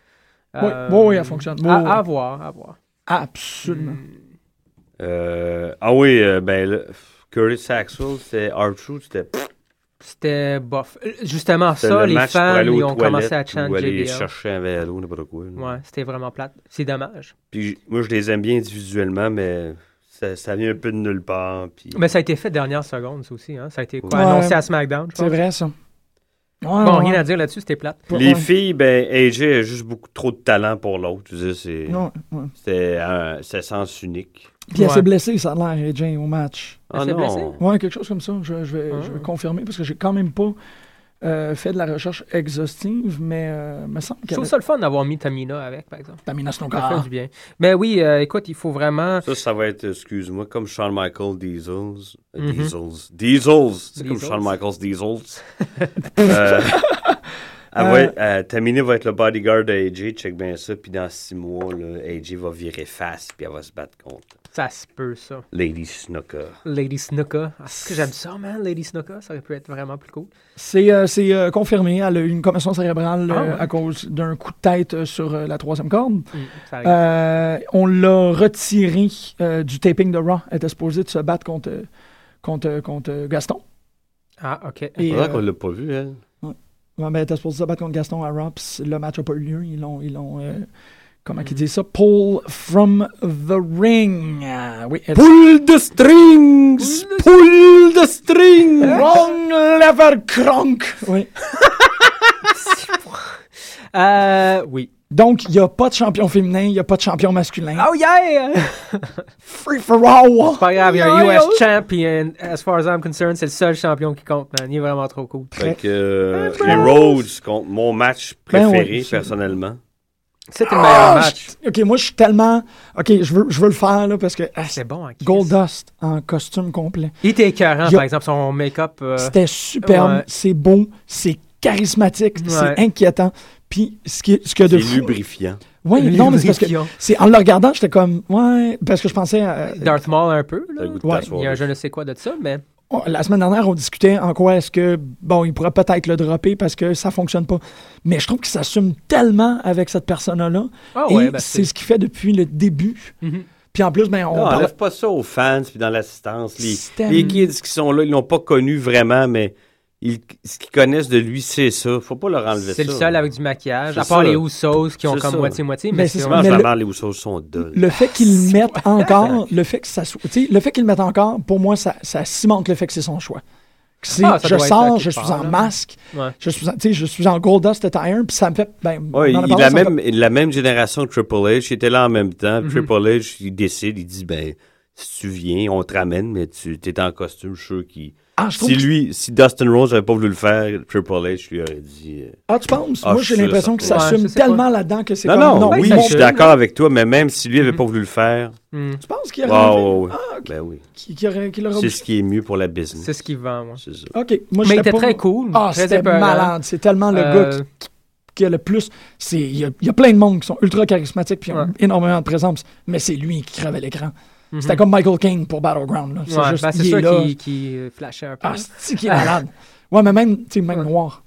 G: Euh,
F: Oui, oui, oui, elle fonctionne. Oui,
G: à,
F: oui.
G: à voir, à voir. Mm.
F: Absolument.
H: euh, ah oui, euh, ben là, Curtis Axel, c'est R-Truth, c'était
G: C'était bof. Euh, Justement,
H: C'était
G: ça,
H: le
G: les
H: match pour
G: fans,
H: aller aux
G: ils ont commencé à
H: toilettes ou
G: chanter
H: aller
G: JBL.
H: chercher un vélo, n'importe quoi. là.
G: Ouais, c'était vraiment plate. C'est dommage.
H: Puis j- moi, je les aime bien individuellement, mais ça, ça vient un peu de nulle part. Puis...
G: Mais ça a été fait dernière seconde, ça aussi. Hein. Ça a été quoi?
H: Ouais.
G: Annoncé à SmackDown, je
F: C'est
G: pense.
F: vrai ça. Ouais,
G: Bon,
F: ouais.
G: rien à dire là-dessus, c'était plate.
F: Ouais,
H: Les
F: ouais.
H: filles, ben, AJ a juste beaucoup trop de talent pour l'autre. Tu sais, c'est-
F: Non, ouais.
H: c'était un c'est sens unique. Ah
F: Puis elle
G: Ouais.
F: s'est blessée, ça a l'air, AJ, au match.
G: Elle s'est blessée? Ah.
F: Ouais, quelque chose comme ça. Je, je vais, je vais confirmer parce que j'ai quand même pas euh, fait de la recherche exhaustive, mais euh, me semble
G: Je
F: qu'elle
G: trouve ça Ah. le fun d'avoir mis Tamina avec, par exemple.
F: Tamina Snow
G: Ça
F: Car.
G: fait du bien. Mais oui, euh, écoute, il faut vraiment.
H: Ça, ça va être, excuse-moi, comme Shawn Michael Diesels. Euh,
F: Mm-hmm.
G: Mhm.
H: Diesels. Diesels. C'est comme
G: Diesels.
H: Shawn Michaels Diesels. Euh, elle va
F: Euh.
H: être- euh, Tamina va être le bodyguard de AJ, check bien ça. Puis dans six mois, là, AJ va virer face, puis elle va se battre contre
G: Ça se peut, ça.
H: Lady Snooker.
G: Lady Snooka. Ah, Est-ce que j'aime ça, man? Lady Snooka, ça aurait pu être vraiment plus cool.
F: C'est euh, c'est, euh, confirmé, elle a eu une commotion cérébrale
G: Ah,
F: euh,
G: ouais.
F: à cause d'un coup de tête euh, sur euh, la troisième corde.
G: Mm, ça arrive.
F: Euh, on l'a retiré euh, du taping de Raw. Elle était supposée de se battre contre, euh, contre, euh, contre euh, Gaston.
G: Ah, OK.
F: Et,
H: C'est vrai
F: euh,
H: qu'on l'a pas vu, elle.
F: ouais, ben, elle était supposée de se battre contre Gaston à Raw, puis c- le match n'a pas eu lieu. Ils l'ont. Ils l'ont euh, comment
G: Mm-hmm.
F: qu'ils disent ça? Pull from the ring. Ah, oui, elle-
H: Pull the strings! Pull the strings!
F: Wrong lever crunk! Oui.
G: Euh, oui.
F: Donc, il n'y a pas de champion féminin, il n'y a pas de champion masculin.
G: Oh, yeah!
F: Free for all!
G: Pas grave, il y a
F: Yeah,
G: un US
F: yeah.
G: champion. euh, As far as I'm concerned, c'est le seul champion qui compte, man. Il est vraiment trop cool.
H: Fait que euh, Heroes contre mon match
F: Ah, Ben
H: préféré,
F: oui, c'est-
H: personnellement.
G: C'était le meilleur
F: Ah,
G: match.
F: je- OK, moi, je suis tellement... OK, je veux, je veux le faire, là, parce que... ah,
G: C'est bon, hein, Chris?
F: Goldust en costume complet.
G: Il était écœurant,
F: Yo.
G: par exemple, son make-up. euh,
F: C'était superbe,
G: ouais.
F: c'est beau, c'est charismatique,
G: Ouais.
F: c'est inquiétant. Puis, ce qui ce qu'il y a
H: C'est
F: de fou...
H: lubrifiant.
F: Oui,
G: lui,
F: non, mais c'est parce que...
G: brillant.
F: c'est- En le regardant, j'étais comme... Ouais, parce que je pensais... à- euh,
G: Darth Maul un peu, là.
H: T'as le goût de
F: Ouais,
H: t'asseoir
G: Il y a un
H: dessus.
G: je ne sais quoi de ça, mais
F: on- la semaine dernière, on discutait en quoi est-ce que, bon, il pourrait peut-être le dropper parce que ça fonctionne pas. Mais je trouve qu'il s'assume tellement avec cette personne-là.
G: Ah
F: et
G: ouais, ben
F: c'est
G: c'est-
F: ce qu'il fait depuis le début.
G: Mhm.
F: Puis en plus, ben, on
H: Non,
F: parle-
H: enlève pas ça aux fans puis dans l'assistance. Les,
F: C'était-
H: les kids qui sont là, ils l'ont pas connu vraiment, mais ils- ce qu'ils connaissent de lui, c'est ça. Faut pas leur enlever ça.
G: c'est le seul avec du maquillage,
H: C'est
G: à part
H: ça.
G: les Usos qui ont
H: C'est
G: comme
H: ça.
G: moitié-moitié,
F: Ben,
G: mais
F: c'est
G: c'est
F: ça.
H: Comment
F: Mais
H: ça
F: le-
H: marre, les Usos sont deuils.
F: le fait qu'il le mette encore, le fait que ça soit, tu sais, le fait qu'il le mette encore, pour moi, ça, ça cimente le fait que c'est son choix. Que c'est,
G: Ah, ça
F: je
G: doit être
F: sors,
G: à
F: je
G: quelque
F: suis
G: part,
F: en
G: là.
F: masque,
G: Ouais.
F: je suis, en- tu sais, je suis en gold dust attire, puis ça me fait, ben,
H: Ouais,
F: on en a
H: il,
F: parlé, ça
H: la
F: me
H: même, la même génération que Triple H, il était là en même temps.
G: Mhm.
H: puis Triple H, il décide, il dit ben si tu viens, on te ramène, mais tu es en costume, je suis sûr qu'il.
F: fait- ah, je trouve
H: Si
F: que-
H: lui, si Dustin Rose avait pas voulu le faire, Triple H lui aurait dit. euh,
F: ah, tu penses?
H: Ah,
F: moi,
H: je
F: j'ai
H: suis sûr,
F: l'impression
H: ça-
F: qu'il
H: Ouais,
F: s'assume
G: je sais pas.
F: tellement là-dedans que c'est
H: Non,
F: comme,
H: non,
G: ben,
H: oui,
G: il
H: je suis
G: s'assume.
H: d'accord avec toi, mais même si lui avait pas voulu le faire,
G: Hmm.
F: tu penses qu'il y
H: Ah,
F: aurait-
H: ouais, ouais.
F: Ah, ok.
H: ben oui.
F: qui, qui aurait, qui l'aurait
H: C'est
F: obligé.
H: ce qui est mieux pour la business.
G: C'est ce qu'il vend, moi.
H: C'est ça.
F: OK. Moi,
G: Mais il
F: j'étais
G: était
F: pas-
G: très cool.
F: Ah,
G: très
F: c'était
G: épeurant.
F: malade. C'est tellement le
G: Euh,
F: gars qui, qui a le plus. c'est- Il y, a- il y a plein de monde qui sont ultra charismatiques puis ont
G: Ouais.
F: énormément de présence, mais c'est lui qui crevait l'écran.
G: mhm.
F: C'était comme Michael Caine pour Battleground. là. C'est
G: Ouais,
F: juste,
G: ben, c'est
F: il est
G: sûr
F: là.
G: qu'il qu'il, euh, flashait un peu.
F: Ah, c'est qui est malade. Ouais, mais même, tu sais, même noir.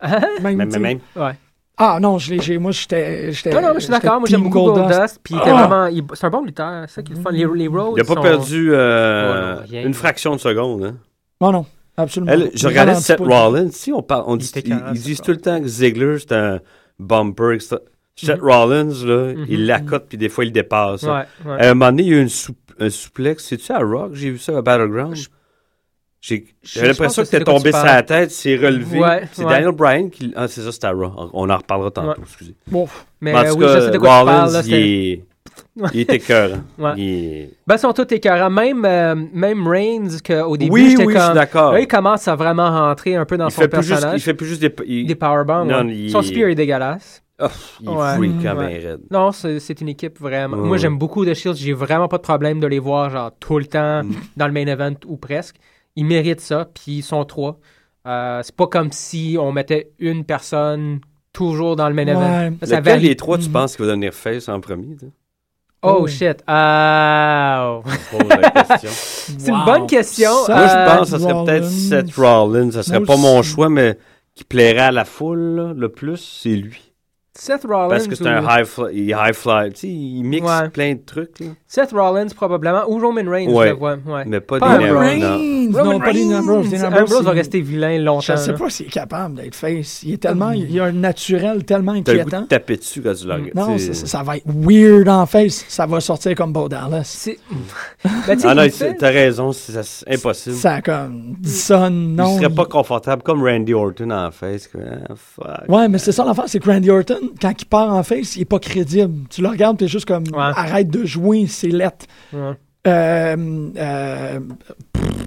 G: Hein?
F: Même,
H: Même,
F: tu sais-
H: même.
G: ouais.
F: Ah non, je l'ai- j'ai- moi, j'étais. j'étais-
G: Non, non, mais je suis
F: j'étais
G: d'accord. Moi, j'aime
F: team
G: beaucoup
F: Goldust.
G: Goldust. Puis il était
F: Ah!
G: vraiment. il- C'est un bon lutteur. C'est ça qui est le fun. Les, les Rhodes.
H: Il n'a pas
G: sont-
H: perdu euh,
G: Oh non, rien.
H: une fraction de seconde. hein.
F: Non, non, absolument.
H: Elle, je regardais
F: Ralentis
H: Seth
F: pas.
H: Rollins. Si on parle, on
G: Il
H: dit,
G: était
H: ils,
G: carré,
H: ils
G: Seth
H: disent tout le temps que Ziggler, c'est un bumper. etc. Seth Rollins, là, il l'accote, puis des fois, il dépasse.
G: Mm-hmm.
H: hein.
G: Ouais, ouais.
H: À un moment donné, il y a eu une sou- un souplex. C'est-tu à Rock? J'ai vu ça à Battleground.
G: Je-
H: J'ai
G: je-
H: j'ai
G: je
H: l'impression
G: pense que
H: que t'es
G: c'est de quoi
H: tombé
G: tu
H: sur
G: parles.
H: la tête, c'est relevé.
G: Ouais,
H: c'est
G: ouais.
H: Daniel Bryan qui. Ah, c'est ça, c'était à Raw. On- On en reparlera tantôt,
G: Ouais.
H: excusez.
F: Bon,
G: Mais
H: Mais en
G: euh,
H: tout
G: oui,
H: cas,
G: je sais de quoi tu
H: Rollins,
G: parles. là,
H: il
G: c'était-
H: est, il est écœurant.
G: Ouais.
H: Il est-
G: Ben, ils sont tous écœurants. Même, euh, même Reigns, qu'au début,
H: Oui,
G: j'étais
H: oui, je
G: comme...
H: suis d'accord.
G: Là, il commence à vraiment rentrer un peu dans
H: Il
G: son
H: fait, plus juste,
G: personnage.
H: il fait plus juste des. il-
G: Des powerbombs.
H: Non,
G: ouais.
H: il-
G: Son spear est dégueulasse.
H: Oh, il
G: Ouais.
H: est freak quand
G: Ouais.
H: même raide.
G: Non, c'est c'est une équipe vraiment.
H: Ouais,
G: Moi,
H: ouais.
G: j'aime beaucoup The Shield. J'ai vraiment pas de problème de les voir genre tout le temps
H: Mm.
G: dans le main event ou presque. Ils méritent ça, puis ils sont trois. Euh, c'est pas comme si on mettait une personne toujours dans le main event.
F: Ouais.
G: Ça
H: Lequel
G: varie. Mm-hmm.
H: des trois tu penses qu'il va devenir face en premier? toi?
G: Oh shit. Ah.
H: Pose la question.
G: c'est une bonne question.
F: Ça,
H: Moi,
G: Euh,
H: je pense que ça serait peut-être
F: Rollins.
H: Seth Rollins. Ça serait
F: Moi
H: pas mon
F: aussi.
H: choix, mais qui plairait à la foule là, le plus, c'est lui.
G: Seth Rollins.
H: Parce que c'est
G: ou-
H: un high fly. il est high fly. Tu sais, il mixe
G: Ouais.
H: plein de trucs, là,
G: Seth Rollins probablement ou Roman Reigns.
H: Ouais.
G: Je le vois. Ouais.
H: mais pas,
G: Pas
H: des
G: un
H: nerfs, non.
F: Reigns!
G: Roman
F: Non, pas Dean Ambrose. Dean Ambrose,
G: Ambrose va
F: il-
G: rester vilain longtemps.
F: Je sais
G: là.
F: pas s'il est capable d'être face. Il est tellement, il a un naturel tellement
H: T'as le goût de
F: inquiétant.
H: taper dessus quand tu le regardes.
F: Non,
H: tu
F: ça,
H: sais.
F: ça- ça va être weird en face. Ça va sortir comme Bo Dallas.
G: C'est- Ben, tu sais,
H: Ah non,
G: il
H: c'est-
G: fait-
H: t'as raison, c'est ça- c'est impossible.
F: Ça comme dissonne, non.
H: il serait pas
F: il-
H: confortable comme Randy Orton en face. que, ah, fuck.
F: Ouais, mais c'est ça l'affaire, c'est que Randy Orton, quand il part en face, il est pas crédible. Tu le regardes, t'es juste comme
G: Ouais.
F: arrête de jouer, c'est lettre.
G: Ouais.
F: Euh, euh,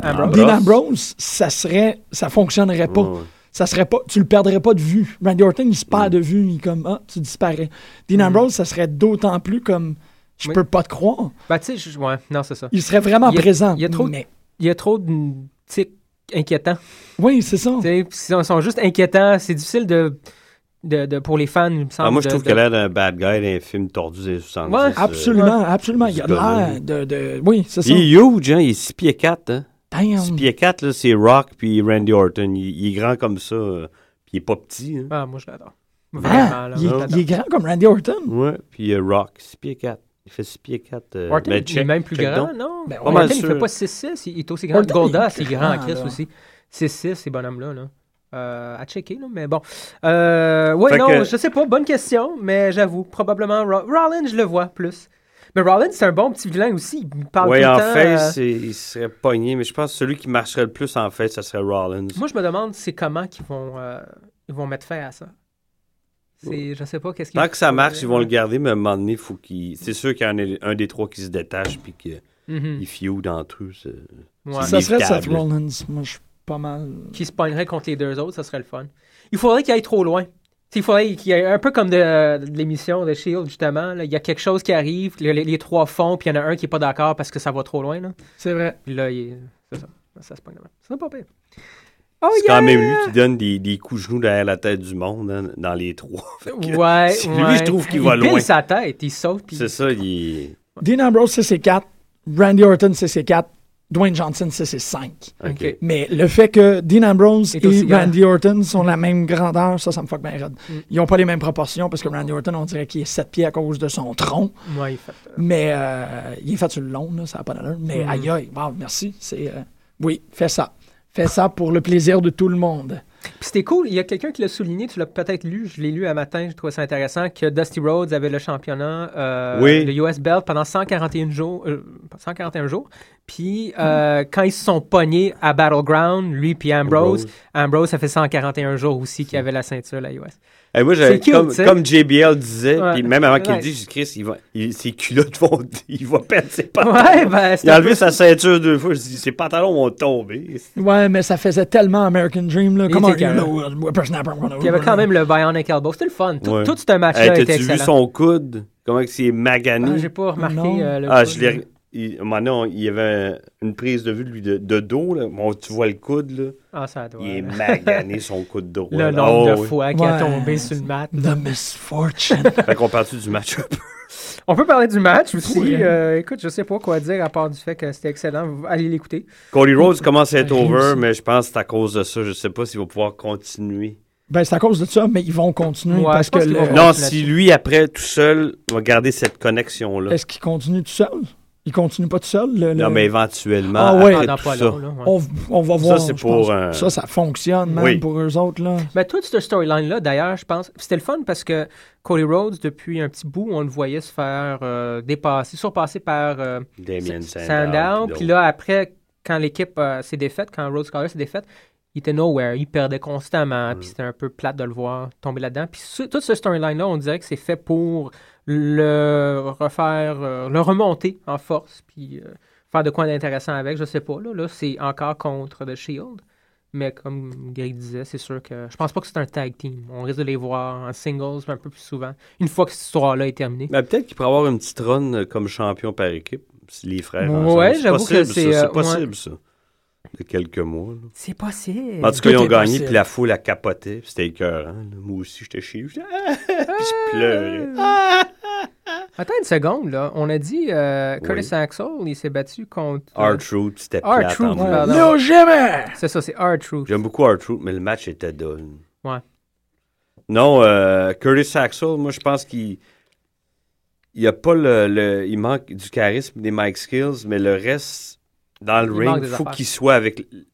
G: Ambrose.
F: Dean Ambrose, ça serait, ça fonctionnerait pas.
H: Ouais, ouais.
F: ça serait pas, tu le perdrais pas de vue. Randy Orton, il se perd
G: Mm.
F: de vue, il est comme, ah, tu disparais. Dean Ambrose, ça serait d'autant plus comme, je
G: Oui.
F: peux pas te croire.
G: Ben, tu sais, je- ouais, non, c'est ça.
F: Il serait vraiment
G: Il y a-
F: présent.
G: Il y a trop,
F: mais-
G: il y a trop de tics inquiétants.
F: Oui, c'est ça.
G: Tu sais, pis Ils sont- sont juste inquiétants. C'est difficile de, de, de- pour les fans, il me semble.
H: Ah, moi, je
G: de-
H: trouve
G: de-
H: qu'elle a l'air d'un bad guy d'un film tordu des 70.
G: Ouais,
H: euh,
F: Absolument, absolument. Il y a
H: ce gars-là.
F: l'air de, de- Oui, c'est ça.
H: Il est huge, hein? Il est 6 pieds 4, hein?
F: Damn.
H: 6 pieds 4, là, c'est Rock puis Randy Orton. Il, il est grand comme ça, euh, puis il est pas petit, hein?
G: Ah, moi, je l'adore.
F: Ah,
G: Vraiment, là,
F: il, est-
G: je l'adore.
F: il est grand comme Randy Orton.
H: Ouais, puis euh, Rock, 6 pieds 4. Il fait 6 pieds 4. euh,
G: Orton
H: ben,
G: il est
H: check-
G: même plus
H: check
G: grand,
H: donc.
G: non?
H: Ben, pas
G: Orton,
H: mal
G: il
H: sûr.
G: fait pas 6-6, il est aussi grand.
F: Orton,
G: Golda,
F: il
G: c'est
F: est
G: grand en
F: grand,
G: Chris
F: là.
G: aussi. 6-6, ces bonhommes-là. Là. Euh, à checker, là, mais bon. Euh, ouais,
H: Fait
G: non,
H: que-
G: je sais pas, bonne question, mais j'avoue, probablement Ro- Rollins, je le vois plus. Mais Rollins, c'est un bon petit vilain aussi. Il parle
H: Ouais,
G: tout le
H: en
G: temps,
H: fait,
G: euh,
H: c'est- il serait pogné, mais je pense que celui qui marcherait le plus en fait, ça serait Rollins.
G: Moi, je me demande c'est comment qu'ils vont, euh, ils vont mettre fin à ça. C'est, je sais pas qu'est-ce qu'ils
H: Tant que ça marche, ils vont le garder, mais à un moment donné, faut qu'il... c'est sûr qu'il y en a un des trois qui se détache puis qu'il
G: Mhm.
H: fioue entre eux. c'est-
G: Ouais.
F: Ça
H: c'est
F: serait
H: inévitable.
F: Seth Rollins. Moi, je suis pas mal.
G: qui se pognerait contre les deux autres, ça serait le fun. Il faudrait qu'il aille trop loin. T'sais, Il faudrait qu'il y ait un peu comme de, de l'émission de Shield, justement. là. Il y a quelque chose qui arrive, le- les, les trois font, puis il y en a un qui n'est pas d'accord parce que ça va trop loin. Là,
F: C'est vrai.
G: Puis là il est- c'est ça. Ça se pogne de même. C'est pas pire. Oh,
H: C'est
G: yeah!
H: quand même lui qui donne des, des coups de genoux derrière la tête du monde hein, dans les trois. Fait que
G: Ouais,
H: c'est lui,
G: ouais.
H: je trouve qu'il
G: il
H: va
G: pile
H: loin.
G: sa tête, il saute. Puis...
H: C'est ça, il est-
F: Dean Ambrose, CC4. Randy Orton, CC4. Dwayne Johnson, CC5.
H: OK.
G: Ok.
F: Mais le fait que Dean Ambrose
G: Est
F: et
G: aussi grand. Mm.
F: Randy Orton sont la même grandeur, ça, ça me fuck bien raide. Ils n'ont pas les mêmes proportions parce que Randy Orton, on dirait qu'il est 7 pieds à cause de son tronc.
G: Ouais, il fait-
F: Mais euh, il est fait sur le long, là, ça n'a pas d'allure. Mais
G: Mhm.
F: aïe aïe, wow, merci. C'est, euh, oui, fais ça. Fais ça pour le plaisir de tout le monde.
G: Puis c'était cool, il y a quelqu'un qui l'a souligné, tu l'as peut-être lu, je l'ai lu un matin, je trouvais ça intéressant, que Dusty Rhodes avait le championnat, euh,
H: Oui.
G: le US Belt pendant 141 jours. euh, 141 jours. Puis euh, quand ils se sont pognés à Battleground, lui puis Ambrose, Ambrose,
H: Mm-hmm. Ambrose.
G: ça fait 141 jours aussi qu'il avait la ceinture, la US.
H: Eh, moi,
G: C'est
H: j'avais-
G: cute,
H: comme,
G: tu sais.
H: comme JBL disait,
G: Ouais.
H: puis même avant qu'il
G: Ouais.
H: le dise, j'ai dit, Chris, il va, il- ses culottes vont, il va perdre ses pantalons.
G: Ouais, ben, c'est
H: il a
G: un
H: enlevé
G: peu-
H: sa ceinture deux fois. Je dis, ses pantalons vont tomber.
F: Ouais, mais ça faisait tellement American Dream, là.
G: Il
F: Comment
G: était
F: you
G: carré.
F: know, uh, Whippersnapper, I'm gonna-
G: Puis il y avait quand même le Bionic Elbow, c'était le fun. Tout,
H: Ouais.
G: tout ce match-là
H: Hey,
G: était
H: T'as-tu vu
G: excellent.
H: son coude? Comment que c'est magané?
G: Ah, J'ai pas remarqué
F: Non.
G: euh, le
H: Ah,
G: coup,
H: je l'ai.
G: là.
H: Il, à un moment donné, on- il y avait une prise de vue de lui de, de dos. Là. Bon, tu vois le coude, là.
G: Ah, ça doit.
H: Il est
G: là.
H: magané, son coude droit.
G: Le
H: là.
G: nombre
H: Ah,
G: de
H: oui.
G: fois qu'il a
F: Ouais.
G: tombé sur le mat.
F: The Misfortune.
H: Fait qu'on parle-tu du match-up?
G: On peut parler du match aussi.
F: Oui.
G: Euh, écoute, je sais pas quoi dire à part du fait que c'était excellent. Vous- Allez l'écouter.
H: Cody Rhodes commence à être
F: Ah,
H: over,
F: réussi.
H: mais je pense que c'est à cause de ça. Je sais pas s'il va pouvoir continuer.
F: ben, c'est à cause de ça, mais ils vont continuer
G: Ouais,
F: parce
G: je
F: que.
G: pense qu'ils
F: le-
G: vont-
H: Non,
G: là-dessus.
H: si lui, après, tout seul, va garder cette connexion-là.
F: Est-ce qu'ils continuent tout seul? Ils continuent pas tout seul? le- le-
H: Non, mais éventuellement,
F: Ah, ouais.
H: après
G: Pendant
H: tout
G: pas
H: ça.
G: long, là, ouais.
F: on, on va voir.
H: c'est
F: je
H: pour
F: pense.
H: un-
F: Ça, ça fonctionne, même
H: Oui.
F: pour eux autres, là.
G: Ben, toute cette storyline-là, d'ailleurs, je pense, c'était le fun parce que Cody Rhodes, depuis un petit bout, on le voyait se faire euh, dépasser, surpasser par euh,
H: Damien
G: S-
H: Sandow,
G: Sandow.
H: puis
G: Puis là, après, quand l'équipe euh, s'est défaite, quand Rhodes Scholar s'est défaite, il était nowhere. Il perdait constamment.
H: Mm.
G: Puis c'était un peu plate de le voir tomber là-dedans. Puis ce- tout ce storyline-là, on dirait que c'est fait pour le refaire, euh, le remonter en force. Puis euh, faire de quoi d'intéressant avec. Je sais pas. Là, là c'est encore contre The Shield. Mais comme Greg disait, c'est sûr que je pense pas que c'est un tag team. On risque de les voir en singles un peu plus souvent, une fois que cette histoire-là est terminée.
H: Mais Ben, peut-être qu'il pourrait avoir une petite run euh, comme champion par équipe, si les frères.
G: Ouais,
H: ensemble. C'est
G: j'avoue
H: possible,
G: que c'est,
H: ça,
G: euh,
H: C'est possible, ça. De quelques mois. là.
G: C'est possible.
H: En tout cas, ils
F: Tout
H: ont
F: est
H: gagné,
F: possible.
H: puis la foule a capoté. puis C'était écœurant. là. Moi aussi, j'étais chez eux. j'étais, Ah! Puis je pleurais.
G: Ah. Attends une seconde, là. On a dit euh, Curtis
H: Oui.
G: Axel, il s'est battu contre.
H: R-Truth, c'était
G: R-Truth,
H: plate. en
G: ouais.
H: maudit.
G: Non.
F: Non, Oh, jamais!
G: C'est ça, c'est R-Truth.
H: J'aime beaucoup R-Truth, mais le match était dull.
G: Ouais.
H: Non, euh, Curtis Axel, moi, je pense qu'il. Il a pas le, le- Il manque du charisme des Mike Skills, mais le reste, dans le
G: Il manque
H: ring,
G: des
H: il faut
G: affaires.
H: qu'il soit avec l-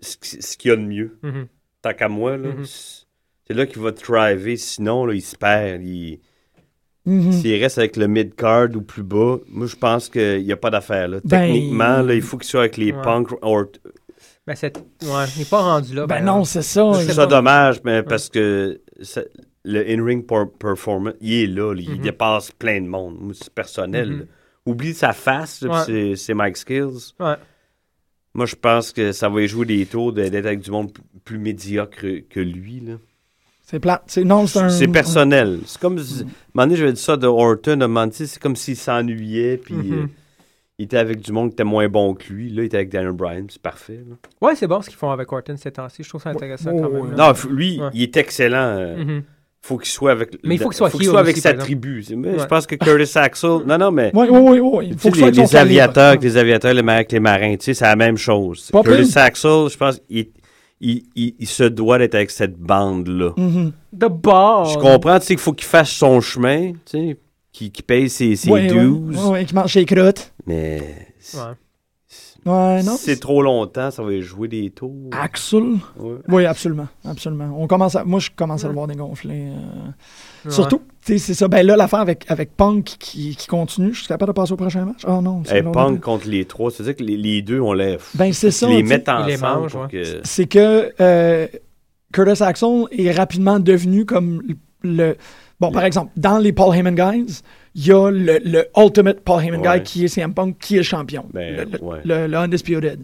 H: ce qui- ce qu'il y a de mieux.
G: Mhm.
H: tant qu'à moi, là,
G: Mhm.
H: c'est là qu'il va thriver. Sinon, là, il se perd. Il-
F: Mhm.
H: S'il reste avec le mid-card ou plus bas, moi, je pense qu'il n'y a pas d'affaire. là.
F: Ben,
H: Techniquement, là, il faut qu'il soit avec les
G: Ouais.
H: punks. Or...
G: Mais Ben, c'est. Ouais, il n'est pas rendu là.
F: Ben
G: par
F: non,
G: exemple.
F: c'est ça.
H: Je trouve
G: sais pas.
H: ça dommage, mais parce que ça- le in-ring por- performance, il est là. là. il
G: Mhm.
H: dépasse plein de monde. Moi, C'est personnel.
G: Mhm.
H: là. Oublie sa face, là,
G: Ouais.
H: puis c'est c'est Mike Skills.
G: Ouais.
H: Moi, je pense que ça va y jouer des tours de- d'être avec du monde p- plus médiocre que lui. Là.
F: C'est plate. C'est, non, c'est un-
H: C'est personnel. C'est comme.
G: Mm.
H: si- un moment donné, j'avais dit ça de Horton, à un moment donné, c'est comme s'il s'ennuyait, puis
G: Mhm.
H: euh, il était avec du monde qui était moins bon que lui. Là, il était avec Daniel Bryan, c'est parfait. là.
G: Ouais, c'est bon ce qu'ils font avec Orton ces temps-ci. Je trouve ça intéressant quand même. là.
H: Non, f- lui,
G: Ouais.
H: il est excellent. euh,
G: Mhm.
H: Faut qu'il soit avec.
G: Mais il faut qu'il soit heel
H: avec
G: aussi,
H: sa
G: par exemple.
H: tribu. C'est- mais Je
G: Ouais.
H: pense que Curtis Axel. Non, non, mais.
F: Oui, oui, oui. oui. Il
H: Tu
F: faut que
H: sais, les,
F: soit
H: les aviateurs, avec les aviateurs, les marins, avec les marins, tu sais, c'est la même chose.
F: Pas
H: Curtis
F: pire.
H: Axel, je pense, il, il, il- il se doit d'être avec cette bande-là.
G: The
F: Oh,
G: Ball.
H: Je comprends, tu sais, qu'il faut qu'il fasse son chemin, tu sais, qu'il qu'il paye ses, ses
F: Oui,
H: dues,
F: qui mange ses crottes.
H: mais
G: Ouais.
F: Ouais, Ben non. Ah,
H: si c'est trop longtemps, ça va jouer des tours.
F: Axel.
H: Ouais.
F: Oui, absolument. Absolument. On commence à- moi, je commence à le voir dégonfler. euh,
G: Ouais.
F: Surtout, tu sais, c'est ça. Ben là, l'affaire avec, avec Punk qui, qui continue, je suis capable de passer au prochain match. Oh non, c'est
H: Hey,
F: long
H: Punk
F: de-
H: contre les trois, c'est-à-dire que les, les deux, on les,
F: Ben c'est ça.
H: les
F: tu sais.
H: met ensemble.
G: Ils les mangent,
H: pour
G: ouais.
H: que-
F: c'est que euh, Curtis Axel est rapidement devenu comme le. Bon, par exemple, dans les Paul Heyman Guys, il y a le, le Ultimate Paul Heyman
H: Ouais.
F: Guy qui est CM Punk, qui est champion.
H: Ben,
F: le, le-
H: ouais.
F: le- le Undisputed.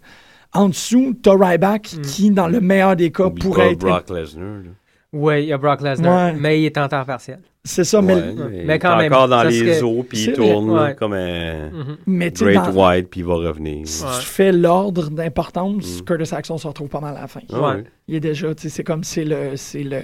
F: En dessous, t'as Ryback qui, dans le meilleur des cas,
H: Oublie pas
F: pourrait être.
H: Brock Lesnar. là.
G: Ouais, il y a Brock Lesnar.
F: Ouais.
G: Mais il est en temps partiel.
F: C'est ça, mais,
H: Ouais, il
G: Mais
H: est
G: quand même,
H: encore dans
G: ça
H: les
G: serait-
H: eaux, puis il
F: c'est-
H: tourne là,
G: ouais.
H: comme un
F: mais tu sais,
H: Great
F: dans-
H: White, puis il va revenir.
F: si
G: Ouais.
F: tu fais l'ordre d'importance,
H: Mm.
F: Curtis Axel se retrouve pas mal à la fin.
H: Ah
G: Ouais.
H: ouais.
F: Il est déjà, tu sais, c'est comme c'est le, c'est le.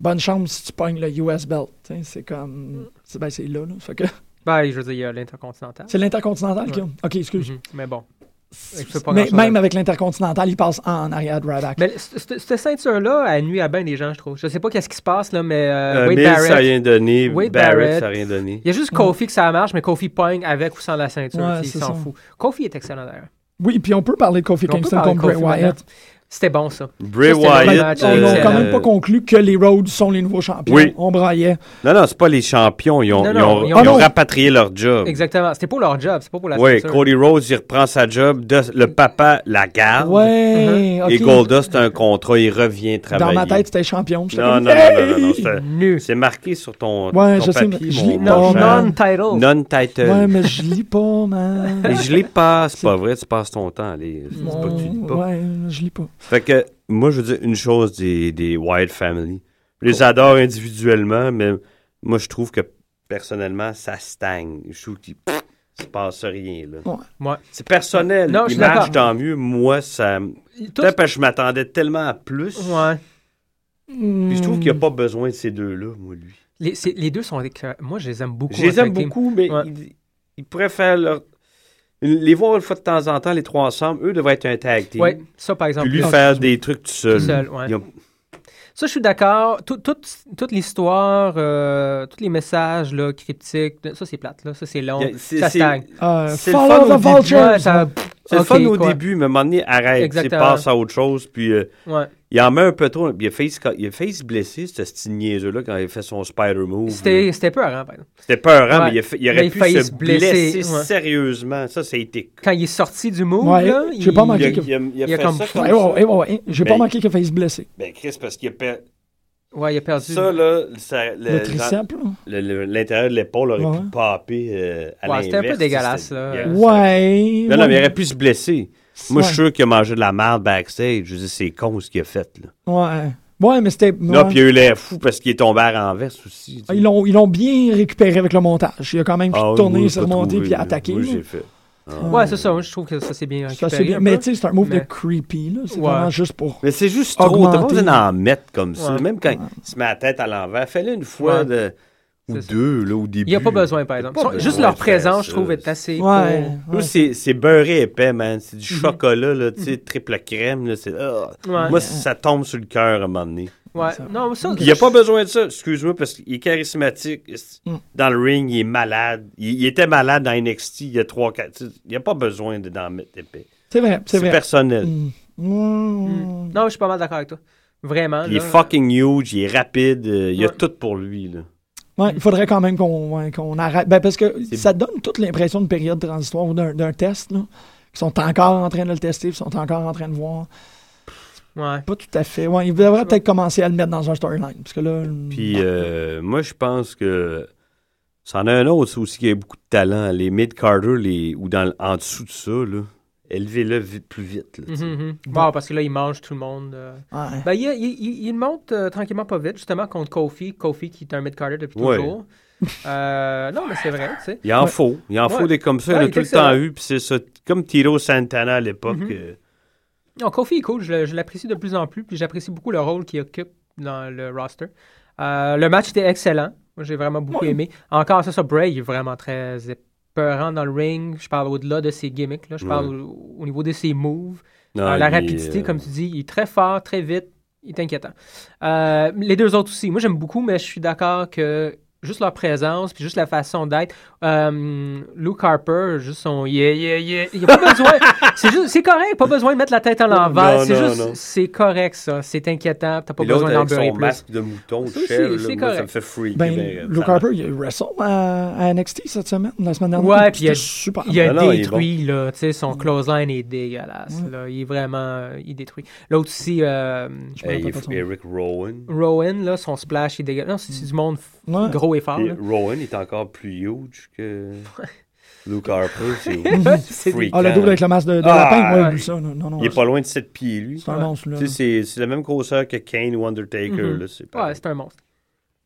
F: Bonne chance si tu pognes le US belt. tu sais, C'est comme. C'est ben, c'est là, là. Fait que-
G: Ben, je veux dire, il y a l'Intercontinental.
F: C'est l'intercontinental qui a. Ok, excuse.
G: Mhm. Mais bon.
F: C'est-
G: C'est pas
F: Mais
G: grand-chose.
F: même avec l'intercontinental, il passe en arrière de Ryback.
G: Mais c- c- cette ceinture-là, elle nuit à bien des gens, je trouve. Je sais pas qu'est-ce qui se passe, là, mais euh,
H: Euh,
G: Wade
H: Mills, ça a
G: Barrett.
H: rien donné.
G: Wade
H: Barrett, ça a
G: Barrett.
H: rien donné.
G: Il y a juste Kofi que ça marche, mais Kofi pogne avec ou sans la ceinture.
F: Ouais,
G: tu sais,
F: c'est
G: il s'en
F: ça.
G: fout. Kofi est excellent d'ailleurs.
F: Oui, puis on peut parler de Kofi
G: On peut
F: Kingston
G: parler de
F: contre Bray
G: Kofi maintenant.
F: Wyatt.
G: C'était bon, ça.
H: Bray
G: Ça, c'était le
H: Wyatt.
G: match,
F: On
G: euh,
F: n'a
G: excellent.
F: quand même pas conclu que les Rhodes sont les nouveaux champions.
H: Oui.
F: On braillait.
H: Non, non, c'est pas les champions. Ils ont,
G: Non,
H: ils
G: non,
H: ont-
G: ils ont-
H: ils ont
F: Ah non.
H: rapatrié leur job.
G: Exactement. C'était pour leur job, c'est pas pour la
H: Oui,
G: ceinture.
H: Cody Rhodes, il reprend sa job. de- le papa la garde.
F: Ouais, ok.
H: Ah, uh-huh. Et Goldust a un contrat. Il revient travailler.
F: Dans ma tête, c'était champion. J'étais
H: Non,
F: comme,
H: non, non, non, non, non,
F: Hey!
H: c'est-
G: Nu.
H: euh, C'est marqué sur ton,
F: Ouais,
H: ton
F: je sais,
H: papier,
F: mais je
H: mon
F: lis-
H: mon
G: Non,
F: Bon,
H: cher.
F: man.
G: non-title.
H: Non-title.
F: Ouais, mais je lis pas, man.
H: Et je les passe, c'est pas vrai, tu passes ton temps à lire. C'est pas que tu lis pas.
F: Ouais, je lis pas.
H: Fait que, moi, je veux dire une chose des, des Wild Family. Je les adore individuellement, mais moi, je trouve que personnellement, ça stagne. Je trouve qu'il pff, se passe rien, là.
G: Ouais.
H: C'est personnel.
G: Non, je
H: Il
G: suis
H: marche
G: d'accord.
H: tant mieux. Moi, ça. me-
G: Tout-
H: Peut-être parce que je m'attendais tellement à plus.
G: Ouais. Hmm.
H: Puis je trouve qu'il n'y a pas besoin de ces deux-là, moi, lui.
G: Les, c'est- les deux sont. écœur- Moi, je les aime beaucoup.
H: Je les
G: en
H: aime
G: tag team.
H: beaucoup, mais
G: Ouais.
H: ils, ils pourraient faire leur. Les voir une fois de temps en temps, les trois ensemble, eux devraient être un tag team.
G: Ouais, ça par exemple.
H: Puis lui
G: Ah,
H: faire des trucs tout seul.
G: Tout seul, ouais.
H: Ils ont-
G: Ça, je suis d'accord. Tout- tout- toute l'histoire, euh, tous les messages là, cryptiques, ça, c'est plate. Là. Ça, c'est long.
H: Yeah, c'est-
G: ça
H: c'est-
G: stagne.
F: Euh,
H: C'est le
F: Follow
H: fun au
F: the
H: début,
F: Vultures.
G: Ouais, ça-
H: C'est le
G: Ok,
H: fun au
G: quoi.
H: début, mais à un moment donné, arrête, tu sais,
G: Exactement.
H: passe à autre chose. Puis euh,
G: Ouais.
H: il en met un peu trop. Il a failli se, ca- il a failli se blesser, ce petit niaiseux-là, quand il a fait son Spider-Move. là.
G: C'était c'était peur, hein, par exemple.
H: C'était peurant,
G: Ouais.
H: mais il, a fa- il aurait
G: Mais il
H: pu
G: faillit
H: se
G: se
H: blesser,
G: blesser, ouais.
H: sérieusement. Ça, c'est éthique.
G: Quand il est sorti du move,
F: Ouais,
G: là,
F: j'ai pas
H: Il a,
F: manqué que-
H: il a- il a
G: il a
H: fait
G: comme oh,
H: ça
G: fait-
H: comme
F: Eh ouais,
H: ça.
F: eh ouais, eh, J'ai pas
H: Mais-
F: manqué qu'il a failli se blesser.
H: Ben, Chris, parce qu'il a per-
G: Ouais, il a perdu.
H: Ça, là, ça- le-
F: Le triceps, là.
H: le- le- l'intérieur de l'épaule aurait
F: Ouais.
H: pu popper euh, à
G: Ouais, c'était un peu
H: l'inverse,
G: dégueulasse,
H: c'était-
G: là.
H: il aurait-
F: Ouais.
H: Non, non,
F: ouais.
H: mais il aurait pu se blesser. Moi, je suis
F: Ouais.
H: sûr qu'il a mangé de la merde backstage. Je dis, c'est con ce qu'il a fait. Là,
F: Ouais. Ouais, mais c'était.
H: Là,
F: ouais.
H: puis il a eu l'air fou parce qu'il est tombé à renverse aussi. tu sais.
F: Ah, Ils l'ont, ils l'ont bien récupéré avec le montage. Il a quand même
H: Ah, oui,
F: tourné,
H: moi,
F: s'est
H: j'ai pas
F: remonté
H: trouvé,
F: puis
H: là.
F: attaqué.
H: Moi,
F: là.
H: j'ai fait. Ah.
G: Ouais, c'est ça. Moi, je trouve que ça, c'est bien
F: Ça,
G: récupéré.
F: c'est bien.
G: un
F: Mais
G: peu.
F: tu sais, c'est un move de
G: Mais-
F: creepy. Là. C'est
G: Ouais.
F: vraiment juste pour.
H: Mais c'est juste trop. T'as pas
F: Augmenter.
H: besoin d'en mettre comme ça.
G: Ouais.
H: Même quand il se met la tête à l'envers, fais-le une fois
G: Ouais.
H: de- ou
G: C'est ça.
H: deux là, au début.
G: Il n'y a pas besoin, par exemple.
H: Pas
G: Son-
H: besoin
G: Juste
H: de
G: leur
H: faire
G: présence,
H: ça.
G: je trouve, est assez.
F: Ouais.
G: pour-
H: Eux,
F: ouais.
H: c'est c'est beurré épais, man. C'est
F: Mm-hmm.
H: du chocolat, là, tu sais, triple crème. Là, c'est- ah.
G: Ouais.
H: Moi, ça tombe sur le cœur à un moment donné.
G: Ouais. Non, ça.
H: Il n'y a pas besoin de ça, excuse-moi, parce qu'il est charismatique.
F: Mm.
H: Dans le ring, il est malade. Il, il était malade dans NXT il y a 3-4. tu sais, Il n'y a pas besoin de- d'en mettre épais.
F: C'est vrai, c'est
H: C'est
F: vrai. Mm.
H: personnel.
F: Mmh.
G: Hmm. Non, je suis pas mal d'accord avec toi. Vraiment.
H: Il est
G: Ah, là.
H: fucking huge, il est rapide, euh, il y a
G: Ouais. Mm.
H: tout pour lui. Là.
F: Ouais, il faudrait quand même qu'on, ouais, qu'on arrête. Ben, parce que ça donne toute l'impression d'une période transitoire ou d'un, d'un test. Là. Ils sont encore en train de le tester, ils sont encore en train de voir.
G: Ouais.
F: Pas tout à fait. Ouais, ils devraient peut-être commencer à le mettre dans un storyline. Parce que là.
H: Puis euh, moi, je pense que c'en a un autre ça aussi qui a beaucoup de talent. Les mid-carter les... ou dans, le- en dessous de ça, là. Élevez-le vite, plus vite. là, tu sais.
G: Mhm, mhm. Bon, parce que là, il mange tout le monde. euh.
H: Ouais.
G: Ben, il, il- il- il monte euh, tranquillement pas vite, justement, contre Kofi. Kofi qui est un mid-carder depuis
H: Ouais.
G: toujours. Euh, non, mais c'est vrai, tu sais.
H: Il en faut. Il en
G: Ouais.
H: faut des comme ça.
G: Ouais, il
H: il y en a
G: est
H: tout le
G: excellent.
H: temps eu. Puis c'est ça. Comme Tiro Santana à l'époque.
G: Mhm.
H: euh,
G: Non, Kofi est cool, je, le- je l'apprécie de plus en plus, puis j'apprécie beaucoup le rôle qu'il occupe dans le roster. Euh, le match était excellent, moi j'ai vraiment beaucoup
I: Ouais.
G: aimé. Encore ça, ça, Bray il est vraiment très épeurant dans le ring, je parle au-delà de ses gimmicks, là. je parle
I: Ouais.
G: au, au niveau de ses moves,
I: Non,
H: Ah,
G: Euh, la
I: il est,
G: rapidité,
I: euh,
G: comme tu dis, il est très fort, très vite, il est inquiétant. Euh, les deux autres aussi, moi j'aime beaucoup, mais je suis d'accord que juste leur présence, puis juste la façon d'être. Euh, Luke Harper, juste son yeah, yeah, yeah, il n'y a pas besoin, c'est juste- c'est correct, pas besoin de mettre la tête en l'envers,
H: Non,
G: c'est
H: non,
G: juste,
H: non.
G: c'est correct ça, c'est inquiétant, t'as pas
H: puis l'autre
G: besoin d'en
H: avec
G: beurrer
H: son
G: plus.
H: masque de mouton, de
G: Ça aussi,
H: chèvre, là,
G: c'est
H: moi, ça
G: correct.
H: me fait freaker.
F: Ben,
H: ben,
F: Luke
H: ça
F: Harper, il a eu wrestle à, à NXT cette semaine, la semaine dernière.
G: Ouais, puis il a,
F: C'était super.
G: il a
F: Ah non, il est
G: détruit, là, tu sais,
H: Mm.
G: son close line est dégueulasse, là, il est vraiment, euh, il détruit. L'autre aussi, euh,
H: Hey, Ben, il faut- Eric Rowan.
G: Rowan, là, son splash est dégueulasse, Non, c'est
H: Mm.
G: c'est du monde f- gros et fort,
H: Puis
G: là.
H: Rowan est encore plus huge que Luke Harper. C'est
G: C'est-
H: freakant. Ah!
F: Ah, le double avec la masse de- de lapin, ouais, oublie ça, non, non, non.
H: il est pas loin de 7 pieds, lui.
F: C'est un monstre, là.
H: Tu sais, C'est c'est la même grosseur que Kane ou Undertaker.
G: Mhm.
H: là, c'est pas-
G: Ouais, c'est un monstre.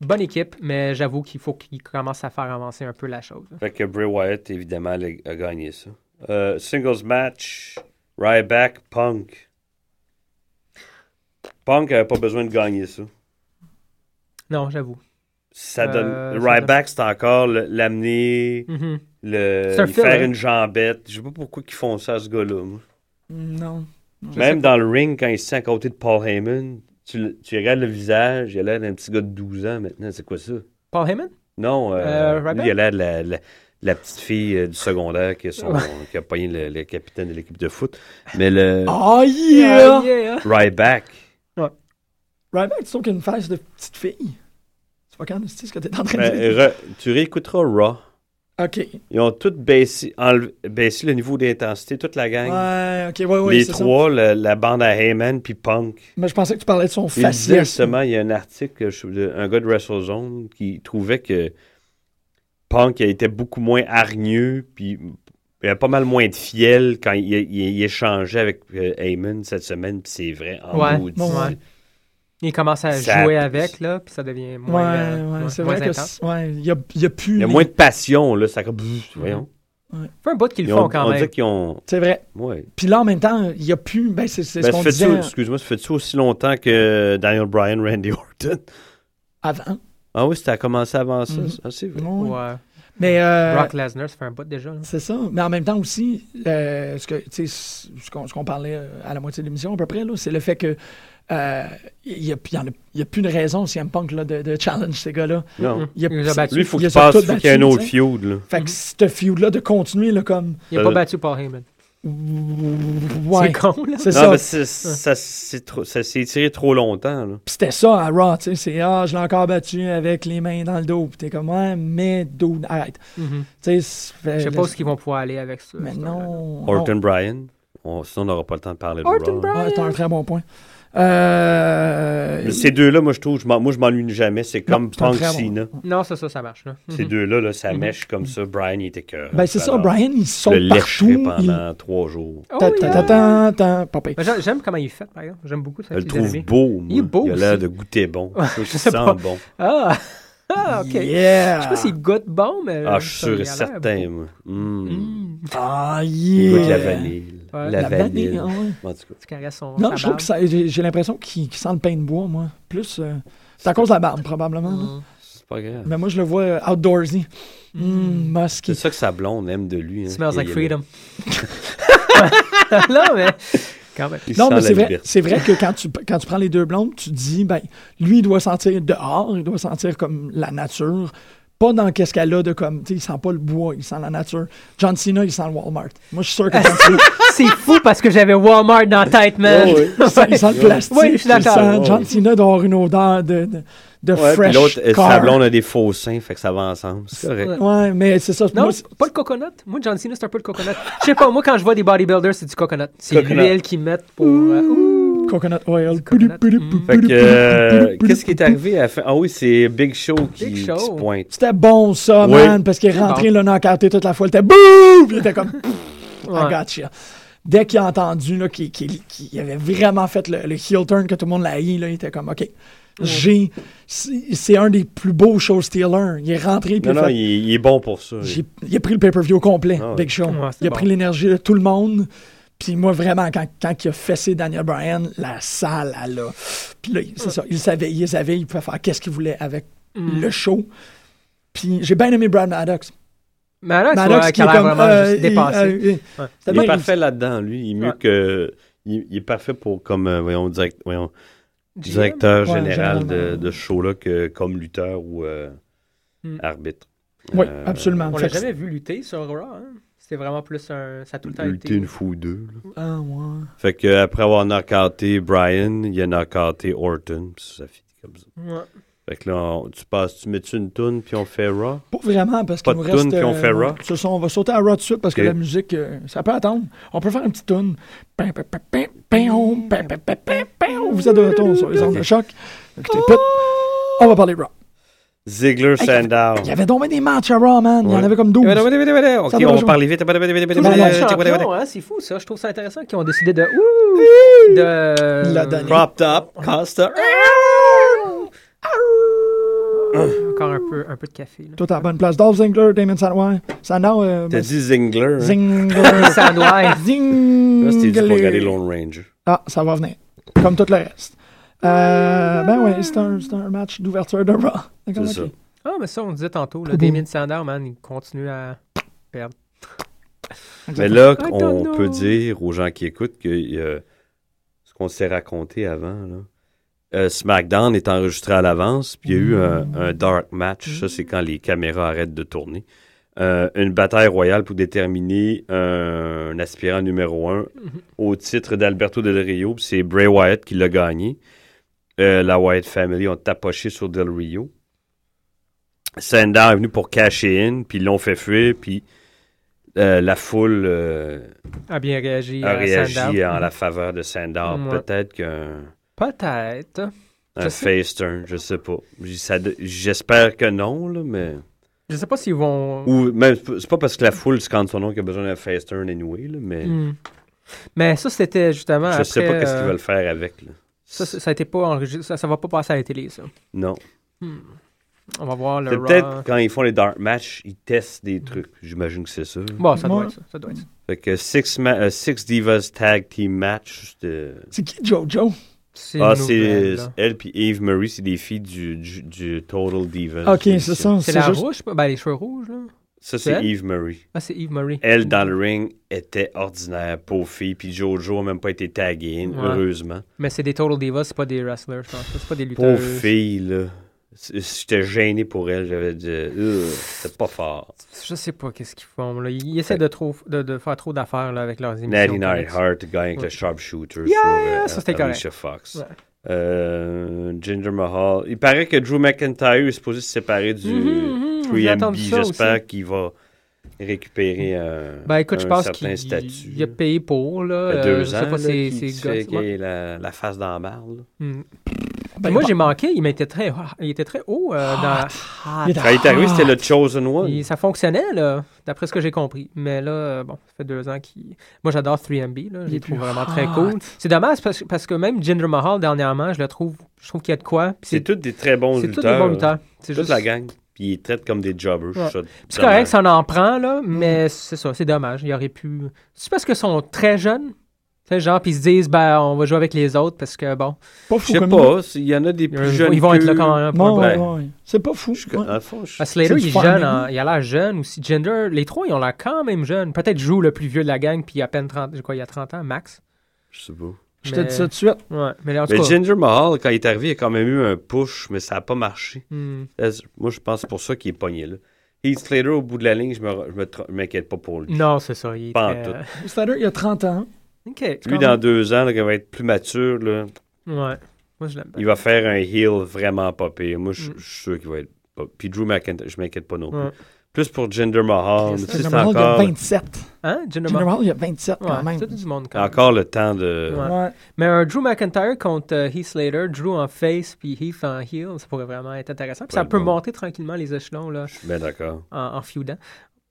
G: Bonne équipe, mais j'avoue qu'il faut qu'il commence à faire avancer un peu la chose.
H: Fait que Bray Wyatt, évidemment, l'a- a gagné ça. Euh, singles match, Ryback, Punk. Punk n'avait pas besoin de gagner ça.
G: Non, j'avoue.
H: Ça donne.
G: Euh, ça
H: Ryback, c'est encore le- l'amener,
G: Mhm.
H: le,
G: C'est un hein.
H: lui faire
G: filler.
H: une jambette. Je sais pas pourquoi ils font ça à ce gars-là. moi.
F: Non. Je
H: Même
F: sais
H: dans le ring, quand il se sent à côté de Paul Heyman, tu, le- tu regardes le visage, il a l'air d'un petit gars de 12 ans maintenant. C'est quoi ça?
G: Paul Heyman?
H: Non, euh,
G: Euh, Ryback?
H: lui, il a l'air de la, la- la petite fille euh, du secondaire qui, est son-
G: Ouais.
H: qui a pogné le, le capitaine de l'équipe de foot. Mais le
F: Oh yeah!
G: Ah, yeah!
H: Ryback,
F: Ryback, tu trouves qu'il a une face de petite fille. C'est pas quand c'est ce que t'es en train de dire.
H: ben, re- tu réécouteras Raw.
F: Ok.
H: Ils ont tous baissé, enlevé- baissé le niveau d'intensité, toute la gang.
F: Ouais, ok, ouais, ouais.
H: Les
F: c'est ça.
H: trois, la, la bande à Heyman puis Punk.
F: Mais je pensais que tu parlais de son
H: Il disait
F: faciès.
H: justement, il y a un article, je- de- un gars de WrestleZone qui trouvait que Punk était beaucoup moins hargneux, puis il y a pas mal moins de fiel quand il, il- il échangeait avec euh, Heyman cette semaine, puis c'est vrai. En
G: Ouais,
H: maudit.
G: ouais. Il commence à
H: Ça-
G: jouer avec, là, puis ça devient
F: Ouais,
G: moins,
F: ouais,
G: euh, moins-
F: c'est
G: moins
F: vrai que.
G: intense.
F: c'est- Ouais, il y a, il y a plus.
H: Il y a
F: les-
H: moins de passion, là, ça comme, pff, voyons.
G: Fait un bout qu'ils
H: Ils
G: le
H: ont-
G: font quand
H: on
G: même.
H: dit qu'ils ont...
F: C'est vrai.
H: Ouais.
F: Puis là, en même temps, il y a plus. Ben, c'est c'est
H: Ben,
F: ce qu'on
H: ça fait-tu-
F: disait
H: Excuse-moi, ça fait-tu aussi longtemps que Daniel Bryan, Randy Orton?
F: avant.
H: Ah oui, c'était à commencer avant ça.
F: Mhm.
H: ça, c'est vrai.
F: Ouais.
G: Ouais.
F: Mais. euh,
G: Brock Lesnar, ça fait un bout déjà. là.
F: C'est ça. Mais en même temps aussi, euh, ce que tu sais, ce qu'on ce qu'on parlait euh, à la moitié de l'émission à peu près, là, c'est le fait que euh, il n'y a, il y en a- il y a plus de raison, CM Punk, là, de, de challenge ces gars-là.
H: Non.
F: Il y a-
G: Hum. Il les a battus.
H: Lui, faut
F: il
H: qu'il
F: les a
H: passe,
F: tous
H: faut qu'il y ait un
F: battus,
H: autre
F: tu sais.
H: feud, là.
F: Fait que
G: Mm-hmm.
F: ce feud-là de continuer là, comme.
G: Il n'a
H: Ça-
G: pas battu Paul Heyman.
F: Euh, Ouais.
G: C'est con, là.
F: C'est
H: Non,
F: ça.
H: mais c'est- ça s'est trop- ça s'est tiré trop longtemps. Là.
F: Puis C'était ça à Raw, tu sais, c'est ah, je l'ai encore battu avec les mains dans le dos. Puis t'es comme, ouais, mais dude, arrête.
G: Mhm.
F: Tu sais, c'est-
G: Je sais
F: Euh, le-
G: pas où ils vont pouvoir aller avec ça.
F: Mais non.
H: Orton Bryan. On- sinon, on n'aura pas le temps de parler de Raw.
F: non. Ouais, t'as un très bon point. Euh,
H: Mais ces deux-là, moi, je trouve, je m'en- moi, je m'ennuie jamais. C'est comme
F: c'est un
H: Punk
F: très bon- Mm-hmm.
H: Cena.
G: Non, ça, ça, ça marche. Là.
H: Ces
G: Mhm.
H: deux-là, là, ça mèche comme ça. Brian, il était que.
F: Ben, c'est ça, Brian, il saute
H: le lècherait
F: partout,
H: pendant trois jours.
G: Oh,
F: ta-
G: yeah.
F: ta- ta- ta- ta- pas pire.
G: Mais j'a- J'aime comment il est fait, par exemple. J'aime beaucoup ça.
H: Je le
G: qu'il
H: trouve
G: est
H: beau, moi.
G: Il est beau
H: Il a l'air
G: aussi.
H: de goûter bon.
F: Ah,
H: Il
G: Je sais
H: sent
G: pas.
H: bon.
G: Ah, ah ok.
F: Yeah.
G: Je sais pas s'il goûte bon,
F: Euh,
G: mais.
H: Ah, je suis
G: ça,
H: sûr
G: il
H: et
G: a l'air
H: certain,
G: beau.
H: moi. Mm.
F: Ah,
H: Il goûte la
F: yeah.
H: vanille.
G: Ouais.
H: La
F: La vanille,
H: vanille.
F: ah ouais.
H: En tout cas.
G: Tu caresses son.
F: Non,
G: sa
F: je trouve que ça- j'ai j'ai l'impression qu'il qu'il sent le pain de bois, moi. Plus. euh, c'est à cause de la barbe, probablement. là.
H: C'est pas grave.
F: Mais moi, je le vois euh, outdoorsy. Hum,
H: C'est
F: musky.
H: ça que sa blonde aime de lui. Hein.
G: barbe. Smells
H: Il-
G: like
H: il-
G: freedom. non, mais. Quand même.
H: il
F: Non,
H: sent
F: mais
H: la
F: c'est vrai,
H: liberté.
F: c'est vrai que quand tu, quand tu prends les deux blondes, tu te dis, ben, lui, il doit sentir dehors, il doit sentir comme la nature, pas dans qu'est-ce qu'elle a de comme, tu sais, il sent pas le bois, il sent la nature. John Cena, il sent le Walmart. Moi, je suis sûr que John Cena,
G: C'est fou parce que j'avais Walmart dans la tête, man.
H: Ouais,
F: il sent, il sent le plastique.
G: Oui, je suis
F: il sent-
G: d'accord.
F: John Cena doit avoir une odeur de, de, de
H: Ouais, puis
F: fresh
H: l'autre, euh,
F: car.
H: sa blonde a des faux seins, fait que ça va ensemble. C'est correct.
F: Ouais, mais c'est ça.
G: Non,
F: moi,
G: c'est pas le coconut. Moi, John Cena, c'est un peu le coconut. Je sais pas, moi, quand je vois des bodybuilders, c'est du coconut. C'est
H: Coconut.
G: l'huile qu'ils mettent pour. euh, ouh.
F: Coconut oil.
G: coconut.
H: Fait que, euh, qu'est-ce qui est arrivé à la fin? Ah oui, c'est Big Show qui,
G: Big
H: qui
G: Show.
H: pointe.
F: C'était bon, ça,
H: Oui.
F: man, parce qu'il est
G: C'est
F: rentré,
G: bon.
F: le knockouté toute la fois, il était bouh! Puis il était comme, I
G: Ouais.
F: gotcha. dès qu'il a entendu là, qu'il, qu'il- qu'il avait vraiment fait le, le heel turn, que tout le monde l'a haï, là, il était comme, OK, j'ai... C'est, c'est un des plus beaux show stealers. Il est rentré, puis
H: Non,
F: il a
H: non,
F: fait-
H: il, est- il est bon pour ça.
F: j'ai- il a pris le pay-per-view au complet,
H: Ah ouais.
F: Big Show.
G: Ouais, c'était
F: il a
G: bon.
F: pris l'énergie de tout le monde. Puis moi, vraiment, quand, quand il a fessé Daniel Bryan, la salle, elle a... Puis là, c'est ça, il savait, il savait, il pouvait faire qu'est-ce qu'il voulait avec
G: Mm.
F: le show. Puis j'ai bien aimé Brad Maddox.
G: Mais là, tu
F: Maddox
G: vois
F: qui
G: qu'il a
F: est
G: l'air
F: comme,
G: vraiment
F: euh,
G: juste
F: il-
G: dépassé.
F: euh, il-
G: Ouais.
F: c'est
H: Il
F: bien-
H: est parfait là-dedans, lui. Il est mieux
G: Ouais.
H: que. Il, il est parfait pour comme euh, voyons, direct- voyons,
G: GM?
H: directeur
F: Ouais,
H: général de,
F: généralement.
H: de ce show-là que comme lutteur ou euh,
G: Hmm.
H: arbitre.
F: Oui,
H: Euh,
F: absolument.
G: On
F: Fait
G: l'a
F: que-
G: jamais vu lutter sur Raw. Hein? C'est vraiment plus un. Ça a tout le temps
H: Lutter
G: été.
H: une fois ou deux. là.
F: Ah, ouais.
H: Fait que après avoir knockouté Brian, il a knockouté Orton. Puis ça finit comme ça.
G: Ouais.
H: Fait que là, on- tu passes, tu mets-tu une toune puis on fait Raw?
F: Pas vraiment, parce
H: Pas
F: qu'il nous
H: de toune,
F: reste...
H: puis on fait Raw?
F: c'est ça, on va sauter à Raw tout de suite, parce que
H: Ok.
F: la musique, euh, ça peut attendre. On peut faire une petite tune. Vous êtes de retour sur les ondes de choc. Écoutez, put, on va parler Raw.
H: Ziggler Sandow.
F: Il y avait donc bien des matchs à Raw, man. Il y en
H: Ah. Ouais.
F: avait comme 12.
H: Ok,
F: Ça va,
H: on
F: je-
H: va parler vite.
G: Tout
F: euh,
G: le monde champion, hein, c'est fou ça. Je trouve ça intéressant qu'ils ont décidé de. Ouh, de... euh,
F: La dernière.
H: Propped up, Costa.
G: Encore un peu, un peu de café. Là.
F: Tout à la bonne place. Dolph Ziggler, Damon Sandow. Sandow, euh,
H: T'as
F: ben,
H: dit Ziggler. hein?
F: Ziggler.
G: Sandwich.
H: Là, c'était dit pour regarder
F: Ziggler.
H: Lone Ranger.
F: Ah, ça va venir. Comme tout le reste. Euh, ben oui, c'est un, c'est un match d'ouverture de Raw. D'accord,
H: C'est
F: ok.
G: Ah, mais ça, on disait tantôt. Là,
F: Tout beau.
G: Damien Sandow, man, il continue à perdre.
H: Mais là,
G: I don't
H: on
G: know.
H: peut dire aux gens qui écoutent que euh, ce qu'on s'est raconté avant, là, euh, SmackDown est enregistré à l'avance, puis il y a eu un, un dark match. Ça, c'est quand les caméras arrêtent de tourner. Euh, une bataille royale pour déterminer euh, un aspirant numéro un au titre d'Alberto Del Rio. puis C'est Bray Wyatt qui l'a gagné. Euh, la Wyatt Family ont tapoché sur Del Rio. Sandow est venu pour cacher in, puis ils l'ont fait fuir, puis euh, la foule euh,
G: A bien réagi.
H: a
G: à
H: réagi
G: Sandow.
H: en la faveur de Sandow.
G: Ouais.
H: Peut-être qu'un
G: Peut-être.
H: un
G: Je sais-
H: face turn, je sais pas. J- ça de- J'espère que non, là, mais.
G: Je sais pas s'ils vont.
H: Ou même, c'est pas- c'est pas parce que la foule scande son nom qu'il y a besoin d'un face turn anyway, là, mais
G: Hmm. Mais ça, c'était justement.
H: je sais
G: après,
H: pas qu'est-ce
G: euh,
H: qu'ils veulent faire avec. là.
G: Ça, ça ça a été pas enregistré. Ça, ça va pas passer à la télé, ça.
H: Non.
G: On va voir le
H: C'est
G: Raw. Mm.
H: peut-être quand ils font les dark match, ils testent des trucs. J'imagine que c'est ça.
G: Bon, ça
F: Ouais.
G: doit être ça. Ça doit être ça.
H: Fait que Six, ma- euh, six Divas Tag Team Match, c'était.
F: C'est qui Jojo?
G: C'est
H: Ah,
G: une nouvelle,
H: c'est
G: là.
H: elle puis Eve Marie, c'est des filles du, du, du Total Divas.
F: Ah, Ok, c'est ça.
G: C'est
F: C'est
G: la
F: juste.
G: rouge, ben, les cheveux rouges, là.
H: Ça,
G: C'est
H: c'est
G: elle?
H: Eve Marie.
G: Ah, c'est Eve Marie.
H: Elle, dans le ring, était ordinaire, pauvre fille, puis Jojo a même pas été taguée,
G: Ouais.
H: heureusement.
G: Mais c'est des Total Divas, c'est pas des wrestlers, je pense. C'est pas des lutteurs.
H: Pauvre fille, là. C- J'étais gêné pour elle, j'avais dit, Ugh, c'est pas fort.
G: Je sais pas qu'est-ce qu'ils font, là. Ils essaient de, trop, de, de faire trop d'affaires, là, avec leurs émissions.
H: Natty Nightheart gagne avec le
G: Ouais.
H: Sharpshooter
G: Yeah,
H: sur euh,
G: yeah, ça, c'était
H: Alicia Fox.
G: Ouais.
H: Euh, Ginger Mahal. Il paraît que Drew McIntyre est supposé se séparer du
G: Mhm, mhm, j'ai
H: 3MB.
G: entendu ça
H: J'espère
G: aussi.
H: qu'il va récupérer un,
G: Ben, écoute, je
H: un
G: pense
H: certain
G: qu'il
H: statut.
G: il a payé pour, là.
H: Il y a
G: euh,
H: deux
G: je
H: ans,
G: sais pas,
H: là,
G: c'est
H: qui-
G: c'est
H: qui fait
G: guts, ouais.
H: qu'il a la, la face dans la marde. là.
G: Hmm.
F: Ben,
G: Moi,
F: bon.
G: j'ai manqué, il était très, il était très haut euh, dans...
F: Il était
H: Quand il est arrivé,
F: hot.
H: c'était le Chosen One.
G: Et ça fonctionnait, là, d'après ce que j'ai compris. Mais là, euh, bon, ça fait deux ans qu'il. Moi, j'adore 3MB, là. Je
F: Il est
G: les trouve
F: plus
G: vraiment très
F: hot.
G: cool. C'est dommage parce, parce que même Jinder Mahal, dernièrement, je le trouve. Je trouve qu'il y a de quoi. Puis
H: C'est tous des très bons
G: c'est
H: lutteurs.
G: tout des bons lutteurs. C'est
H: Toute
G: juste.
H: la gang. Puis ils traitent comme des jobbers.
G: Ouais.
H: je trouve ça
G: Puis C'est correct,
H: dommage. Mm.
G: ça en en prend, là, mais c'est ça, c'est dommage. Il aurait pu. C'est parce qu'ils sont très jeunes. Tu sais, genre, puis ils se disent, ben, on va jouer avec les autres parce que, bon,
F: Pas hein,
H: Je
F: fou
H: sais
F: comme
H: pas, c'est- il y en a des
G: ils,
H: plus jeunes.
G: ils vont être
H: que-
G: là quand même. pour un
F: Non,
G: bon
F: ouais,
H: Ouais.
F: ouais. c'est pas fou.
H: Je-
F: Ouais.
H: dans le fond, je-
G: Ah, Slater,
F: C'est
G: il
F: du
G: est
F: fun,
G: jeune.
F: hein.
G: hein. Il a l'air jeune aussi. Gender, les trois, ils ont l'air quand même jeunes. Peut-être Drew, le plus vieux de la gang, puis il a à peine 30, quoi, il a 30 ans, max.
H: je sais pas.
F: Je te
G: Mais-
F: dis ça tout de suite.
G: Ouais, mais en tout
H: Mais
G: cas...
H: Ginger Mahal, quand il est arrivé, il a quand même eu un push, mais ça n'a pas marché.
G: hmm.
H: Euh, Moi, je pense que c'est pour ça qu'il est pogné là. Heath Slater, au bout de la ligne, je me- je me tra- je m'inquiète pas pour lui.
G: Non, c'est ça. Il est
H: Pas en
G: très- euh,
H: tout.
F: C'est-à-dire, il y a 30 ans.
G: OK.
H: Lui, dans deux ans, là, quand il va être plus mature, là,
G: Ouais. Moi, je l'aime bien.
H: il va faire un heel vraiment pas pire. Moi, je
G: Mm.
H: je suis sûr qu'il va être pas... Puis Drew McIntyre, je m'inquiète pas non plus.
G: Ouais.
H: Plus pour Jinder Mahal, mais tu sais, c'est
F: General, il y a
H: encore,
F: 27.
G: Hein, Jinder Mahal?
F: General, il y a 27 quand
G: Ouais,
F: même.
G: c'est tout du monde quand même.
H: encore le temps de...
G: Ouais.
F: Ouais.
G: Mais un Drew McIntyre contre euh, Heath Slater, Drew en face puis Heath en heel, ça pourrait vraiment être intéressant. Puis ça
H: Ouais,
G: peut
H: bon.
G: monter tranquillement les échelons là,
H: Je suis bien ben, d'accord.
G: en, en feudant.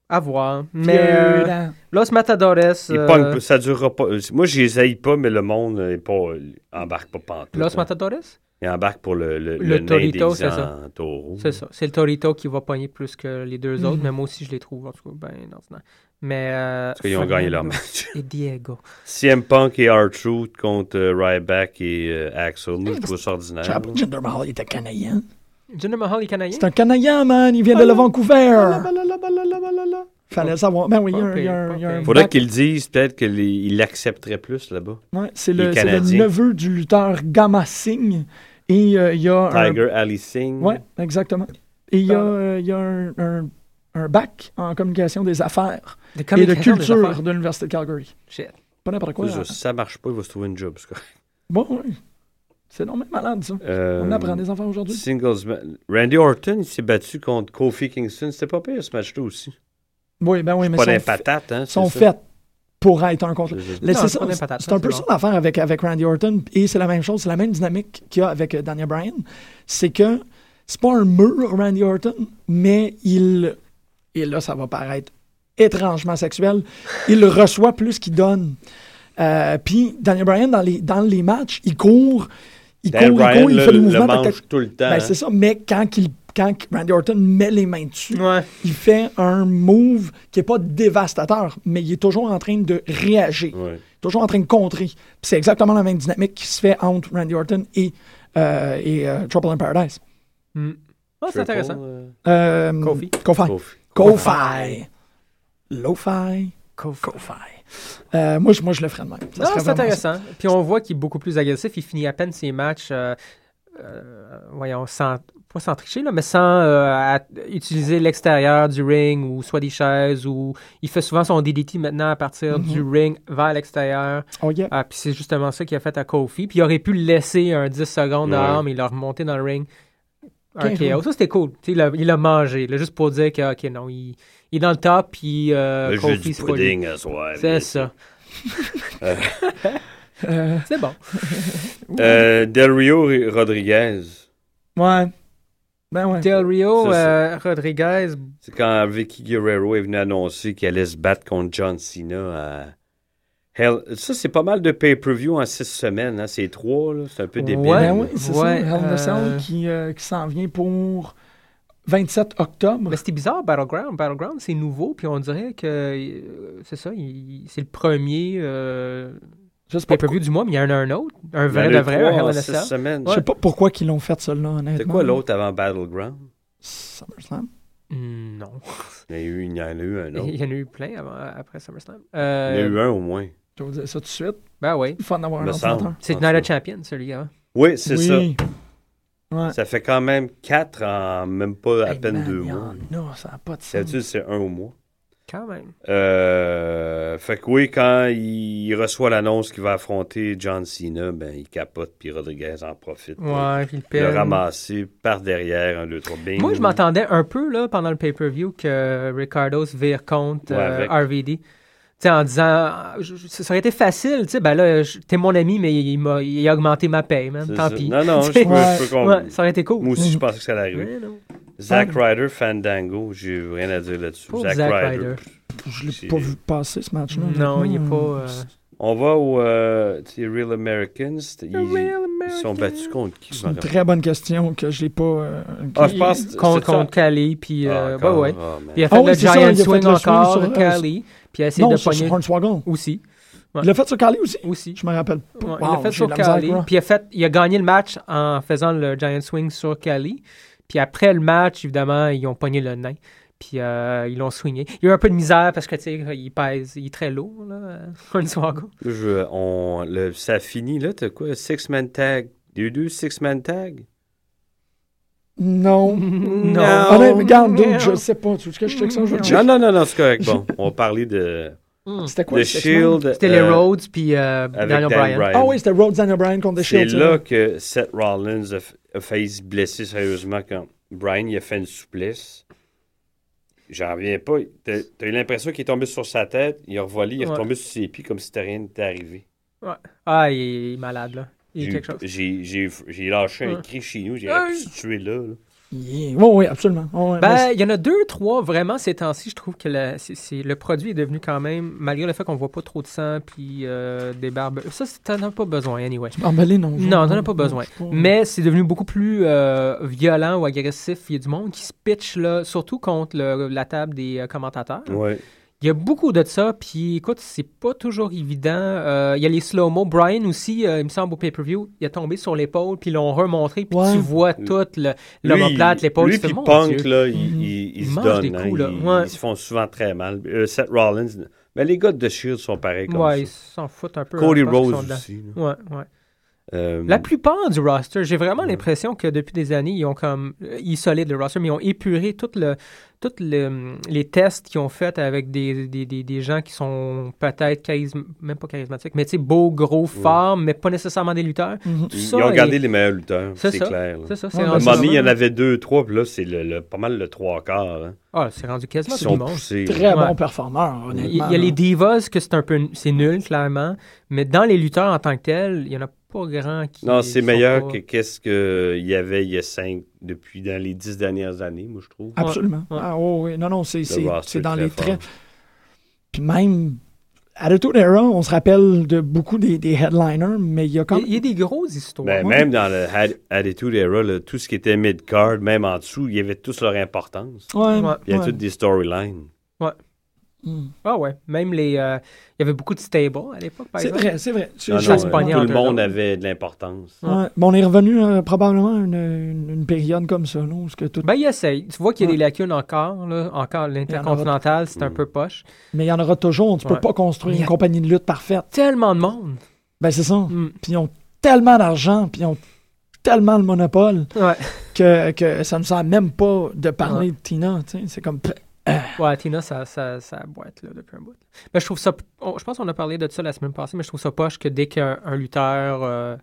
G: À voir. Mais euh, Los Matadores.
H: Il
G: euh,
H: pogne- ça durera pas. euh, Moi, je les haïs pas, mais le monde euh, est pas, embarque pas pantoute.
G: Los
H: hein.
G: Matadores?
H: Il embarque pour le, le,
G: Le
H: le nain
G: Torito, c'est
H: déguisé
G: ça.
H: en taureau.
G: C'est ça. C'est le Torito qui va pogner plus que les deux
F: Mhm.
G: autres, mais moi aussi, je les trouve, en tout cas, ben, non, non. Mais. euh,
H: tout cas, ils ont gagné leur
G: Fernando
H: match.
G: Et Diego.
H: CM Punk et R-Truth contre euh, Ryback et euh, Axel. Moi, je trouve ça ordinaire. là.
F: Jinder Mahal il était canadien.
G: Jinder Mahal Ah, est canadien?
F: C'est un canadien, man. Il vient de le Vancouver.
G: ben,
F: Fallait le savoir. Ben oui, il y a un-
G: Pas
F: il y a un-
G: pire,
F: il y a
G: pas
F: un
G: pire.
H: Faudrait
F: bac-
H: qu'ils le disent, peut-être qu'ils l'accepteraient plus là-bas.
F: Ouais, c'est
H: Il est
F: le, c'est le
H: canadien.
F: neveu du lutteur Gamma Singh. Et euh, il y a un-
H: Tiger Ali Singh.
F: Ouais, exactement. Et il y a, euh, il y a un, un- un bac en communication des affaires
G: Des
F: et de
G: communications, des affaires.
F: culture de l'Université de Calgary.
G: Shit.
F: Pas n'importe quoi.
H: Ça, ça marche pas, il va se trouver une job. c'est correct.
F: Bon, oui. C'est non mais malade, ça.
H: Euh,
F: On apprend des affaires aujourd'hui.
H: Singles ma- Randy Orton, il s'est battu contre Kofi Kingston. C'était pas pire ce match-là aussi.
F: Oui, ben oui, mais
H: Pas
F: sont
H: des
F: fa-
H: patates, hein. c'est
F: sont
H: ça.
F: faites pour être un contre
H: C'est ça.
F: Là,
G: Non,
F: c'est
G: c'est
F: ça,
G: pas des
F: c'est-
G: patates,
F: c'est un
G: ça,
F: peu
G: c'est
F: ça l'affaire avec, avec Randy Orton. Et c'est la même chose, c'est la même dynamique qu'il y a avec euh, Daniel Bryan. C'est que c'est pas un mur, Randy Orton, mais il. Et là, ça va paraître étrangement sexuel. Il reçoit plus qu'il donne. Euh, Puis Daniel Bryan, dans les, dans les matchs, il court, il court,
H: Dan
F: il
H: Bryan,
F: court, il
H: le-
F: fait des
H: le
F: mouvements.
H: mange
F: peut-être-
H: tout le temps,
F: Ben,
H: hein.
F: c'est ça, mais quand, il, quand Randy Orton met les mains dessus,
G: Ouais.
F: il fait un move qui n'est pas dévastateur, mais il est toujours en train de réagir,
H: Ouais.
F: toujours en train de contrer. Puis c'est exactement la même dynamique qui se fait entre Randy Orton et, euh, et euh, Trouble in Paradise.
G: Ah, c'est
H: Triple,
G: intéressant.
H: euh,
F: Euh,
G: Kofi.
F: Kofi.
H: Kofi.
F: Kofi. Lo-fi. Kofi. Euh, moi, je, moi, je le ferais de même. Ça
G: Non,
F: serait
G: c'est
F: vraiment
G: intéressant. Puis on voit qu'il est beaucoup plus agressif. Il finit à peine ses matchs, euh, euh, voyons, sans, pas sans tricher, là, mais sans euh, à- utiliser l'extérieur du ring ou soit des chaises. ou Il fait souvent son DDT maintenant à
F: Mhm.
G: partir du ring vers l'extérieur.
F: ça. Oh, yeah.
G: Ah, puis c'est justement ça qu'il a fait à Kofi. Puis il aurait pu le laisser un 10 secondes dehors, mais il l'a remonté dans le ring. Un
F: Quinze
G: KO. Ça, c'était cool. Tu sais, Il a, il a mangé, là, juste pour dire que, OK, non, il, il est dans le top, puis euh,
H: Le jeu
G: Kofi,
H: du
G: c'est pas lui.
H: pudding à soir.
G: C'est ça. c'est bon.
H: Euh, Del Rio et Rodriguez.
F: Ouais. Ben ouais.
G: Del Rio,
H: Ça, c'est-
G: euh, Rodriguez,
H: C'est quand Vicky Guerrero est venue annoncer qu'elle allait se battre contre John Cena à Hell. Ça, c'est pas mal de pay-per-view en six semaines. Hein. C'est trois, là. C'est un peu débile.
G: Ouais.
H: là.
F: Ben oui, c'est
G: Ouais,
F: ça. Hell in a Cell
G: euh,
F: qui, euh, qui s'en vient pour 27 octobre.
G: Mais ben, c'était bizarre, Battleground. Battleground, c'est nouveau, puis on dirait que euh, c'est ça, il- c'est le premier euh,
F: Je sais pas
G: pay-per-view du mois, mais il y en a un autre, un
H: Il y en
G: vrai
H: a
G: de
H: eu
G: vrai,
H: trois
G: un Hell
H: en
G: in a
H: six
G: Cell.
H: semaines.
F: Je sais pas pourquoi ils l'ont fait celle-là, honnêtement.
H: C'était quoi l'autre avant Battleground?
F: SummerSlam.
G: Hmm, Non.
H: Il y en a eu, il y en a eu un autre.
G: Il
H: Il
G: y en a eu plein avant, après SummerSlam.
H: y
G: Euh,
H: en a eu un au moins.
F: Je vais vous dire ça tout de suite.
G: Ben oui.
F: Le fun d'avoir un
H: Me
F: ordinateur.
H: semble.
G: C'est
H: En
G: Night
H: tout
G: of
H: cas.
G: Champions, celui-là. hein.
H: Oui, c'est
F: oui.
H: ça. Ça fait quand même quatre en même pas à
F: Hey,
H: peine
F: man,
H: deux
F: il y
H: mois.
F: en a, ça n'a pas de sens.
H: D'habitude, c'est un au mois.
G: Quand même.
H: Euh, fait que oui, quand il reçoit l'annonce qu'il va affronter John Cena, ben il capote, puis Rodriguez en profite.
G: Ouais, puis le
H: Il
G: pin.
H: l'a ramassé par derrière, un, deux, trois, bing.
G: Moi, je m'entendais un peu là, pendant le pay-per-view que Ricardo se vire contre
H: Ouais,
G: euh,
H: avec.
G: RVD. Tu sais, en disant, ah, je- je- ça aurait été facile, tu sais, ben là, je- t'es mon ami, mais il, m'a, il a augmenté ma paye, man.
H: C'est
G: Tant
H: ça.
G: pis.
H: Non, non, je peux,
G: Tu sais,
H: je peux comprendre.
G: ouais, ça aurait été cool.
H: Moi aussi, je pensais que ça allait arriver.
G: Mais non.
H: Zack Ryder, Fandango, j'ai rien à dire là-dessus.
G: Pauvre
H: Zack
G: Zack
H: Ryder.
G: Ryder.
F: Je l'ai
H: C'est-
F: pas vu passer ce match-là.
G: Non, il
F: honnêtement.
G: est pas. euh,
H: On va au euh, tu sais, Real Americans. Ils, ils sont battus contre qui? je
F: C'est
H: m'en
F: une
H: rappelle.
F: très bonne question que j'ai pas. euh,
H: Ah,
F: qui-
H: je pense...
G: Contre,
H: c'est ça.
G: contre Cali, puis.
H: Ah,
G: euh,
H: encore.
G: ouais, ouais.
H: Ah, man.
G: Puis il a fait
F: Ah
G: le
F: oui, c'est ça, il
G: Giant
F: a fait
G: Swing
F: le swing
G: encore,
F: sur-
G: Cali, puis il a essayé
F: Non,
G: de
F: c'est sur
G: pogner
F: Hornswoggle.
G: aussi. Ouais.
F: Il l'a fait sur Cali aussi.
G: aussi.
F: Je me rappelle. pas.
G: Ouais, il
F: Wow,
G: l'a fait
F: j'ai
G: sur
F: de la misère,
G: Cali.
F: bro.
G: Puis il a, fait, il a gagné le match en faisant le Giant Swing sur Cali. Puis après le match, évidemment, ils ont pogné le nain. Puis euh, ils l'ont swingé. Il y a eu un peu de misère parce que, tu sais, il pèse, il est très lourd, là, euh, Hornswoggle.
H: Je- on, le, ça finit là, t'as quoi? Six-man tag. Il y a eu deux six-man tag?
F: Non.
G: Non.
F: Honnêtement, Ah, regarde,
G: Non.
F: dude, je sais pas. Tu veux que je check ça? Je vais
H: Non,
F: check.
H: non, non, non, c'est correct. Bon, on parlait de
F: C'était quoi
H: The
F: le segment?
H: Shield.
G: C'était les
H: euh,
G: Rhodes, puis euh,
H: avec
G: Daniel
H: Dan
G: Bryan.
H: Bryan.
F: Ah oui, c'était Rhodes Daniel Bryan contre The
H: C'est
F: Shield. ça.
H: là que Seth Rollins a, f- a failli se blesser sérieusement quand Bryan il a fait une souplesse. J'en reviens pas. T'as t'as eu l'impression qu'il est tombé sur sa tête, il a revolé, il est
G: Ouais.
H: retombé sur ses pieds comme si t'as rien n'était arrivé.
G: Ah, il est malade, là. Il est
H: J'ai eu-
G: quelque chose.
H: J'ai j'ai- j'ai lâché un cri chez nous, j'ai pu se tuer là. là.
F: Yeah. Oui, oui, absolument. Oh, ouais,
G: Ben,
F: vas-y.
G: il y en a deux, trois, vraiment, ces temps-ci, je trouve que la- c'est- c'est- le produit est devenu quand même, malgré le fait qu'on voit pas trop de sang, puis euh, des barbes. Ça, c'est- t'en as pas besoin, anyway.
F: Emballé, Ah, non.
G: Non, t'en as pas besoin.
F: non, je-
G: Mais c'est devenu beaucoup plus euh, violent ou agressif. Il y a du monde qui se pitch, là, surtout contre le- la table des euh, commentateurs.
H: Ouais.
G: Il y a beaucoup de ça, puis écoute, c'est pas toujours évident. Euh, il y a les slow-mo. Brian aussi, euh, il me semble, au pay-per-view, il a tombé sur l'épaule, puis ils l'ont remontré, puis
F: Ouais.
G: tu vois tout le-
H: Lui,
G: l'omoplate,
H: il-
G: l'épaule.
H: Lui
G: tu fais,
H: puis
G: Mon
H: Punk,
G: Dieu.
H: là, ils, ils- ils
G: Ils
H: se
G: mangent
H: donnent.
G: des
H: hein.
G: coups, là.
H: Ils,
G: Ouais.
H: ils se font souvent très mal. Euh, Seth Rollins, mais les gars de Shield sont pareils comme
G: Ouais, ils
H: ça.
G: s'en foutent un peu.
H: Cody
G: je pense hein, qu'ils
H: Rhodes
G: sont
H: aussi,
G: dedans. Ouais, ouais.
H: Euh,
G: La plupart du roster, j'ai vraiment l'impression que depuis des années, ils ont comme. euh, Ils solident le roster, mais ils ont épuré tout le, tout le, hum, les tests qu'ils ont fait avec des, des, des, des gens qui sont peut-être charism- même pas charismatiques, mais tu sais, beaux, gros, forts, mais pas nécessairement des lutteurs.
F: Mhm.
G: Tout
H: ils,
G: ça
H: ils ont
G: est-
H: gardé les meilleurs lutteurs,
G: C'est
H: c'est
G: ça,
H: clair. là.
G: C'est ça,
F: Ouais,
G: c'est
F: ben,
H: À un
G: rendu.
H: moment donné, il y en
G: vraiment-
H: avait deux, trois, puis là, c'est le, le- pas mal le trois quarts. hein,
G: Ah, c'est rendu
H: qui
G: quasiment tout
H: sont
G: le monde.
H: poussés. là.
F: Très bon
G: Ouais.
F: performeur, honnêtement.
G: Il y, il y a
F: là.
G: les divas que c'est un peu c'est nul clairement, mais dans les lutteurs en tant que tels, il y en a pas grand qui
H: Non, c'est
G: sont
H: meilleur
G: pas-
H: que qu'est-ce qu'il y avait il y a cinq, depuis dans les dix dernières années, moi, je trouve.
F: Absolument.
G: Ouais.
F: Ah, oh, oui. Non, non, c'est c'est-
H: roster
F: c'est
H: est
F: dans
H: très
F: les
H: fort.
F: traits. Puis même, à Retour Era, on se rappelle de beaucoup des, des headliners, mais il y a quand
G: Il y a- il y a des grosses histoires.
H: Ben,
F: Ouais.
H: Même dans le Had- Attitude Era, là, tout ce qui était mid-card, même en dessous, il y avait tous leur importance.
F: Ouais,
G: Ouais.
H: Il y a
F: ouais.
H: toutes des storylines.
F: Mm.
G: Ah ouais, même les. euh, il y avait beaucoup de stables à l'époque, par
F: C'est
G: exemple.
F: vrai, c'est vrai. Je-
H: Non,
F: je-
H: non,
G: se
H: euh,
G: pognait
H: tout
G: entre
H: le monde
G: eux.
H: avait de l'importance.
G: Ouais.
F: Ouais. Mais on est revenu euh, probablement à une, une- une période comme ça, là, où ce que tout...
G: Ben, il essaye. Tu vois qu'il y a
F: Ouais.
G: des lacunes encore, là. Encore, l'intercontinental, c'est un
H: Mm.
G: peu poche.
F: Mais il y en aura toujours. Tu peux
G: Ouais.
F: pas construire
G: Il y
F: une
G: a-
F: compagnie de lutte parfaite.
G: Tellement de monde.
F: Ben, c'est ça.
G: Mm.
F: Puis ils ont tellement d'argent, puis ils ont tellement le monopole
G: Ouais.
F: que, que ça ne sert même pas de parler de Tina. tu sais. C'est comme...
G: Ouais, Tina, ça, ça, ça boite, là, depuis un bout. Mais je trouve ça. on- je pense qu'on a parlé de ça la semaine passée, mais je trouve ça poche que dès qu'un un lutteur euh,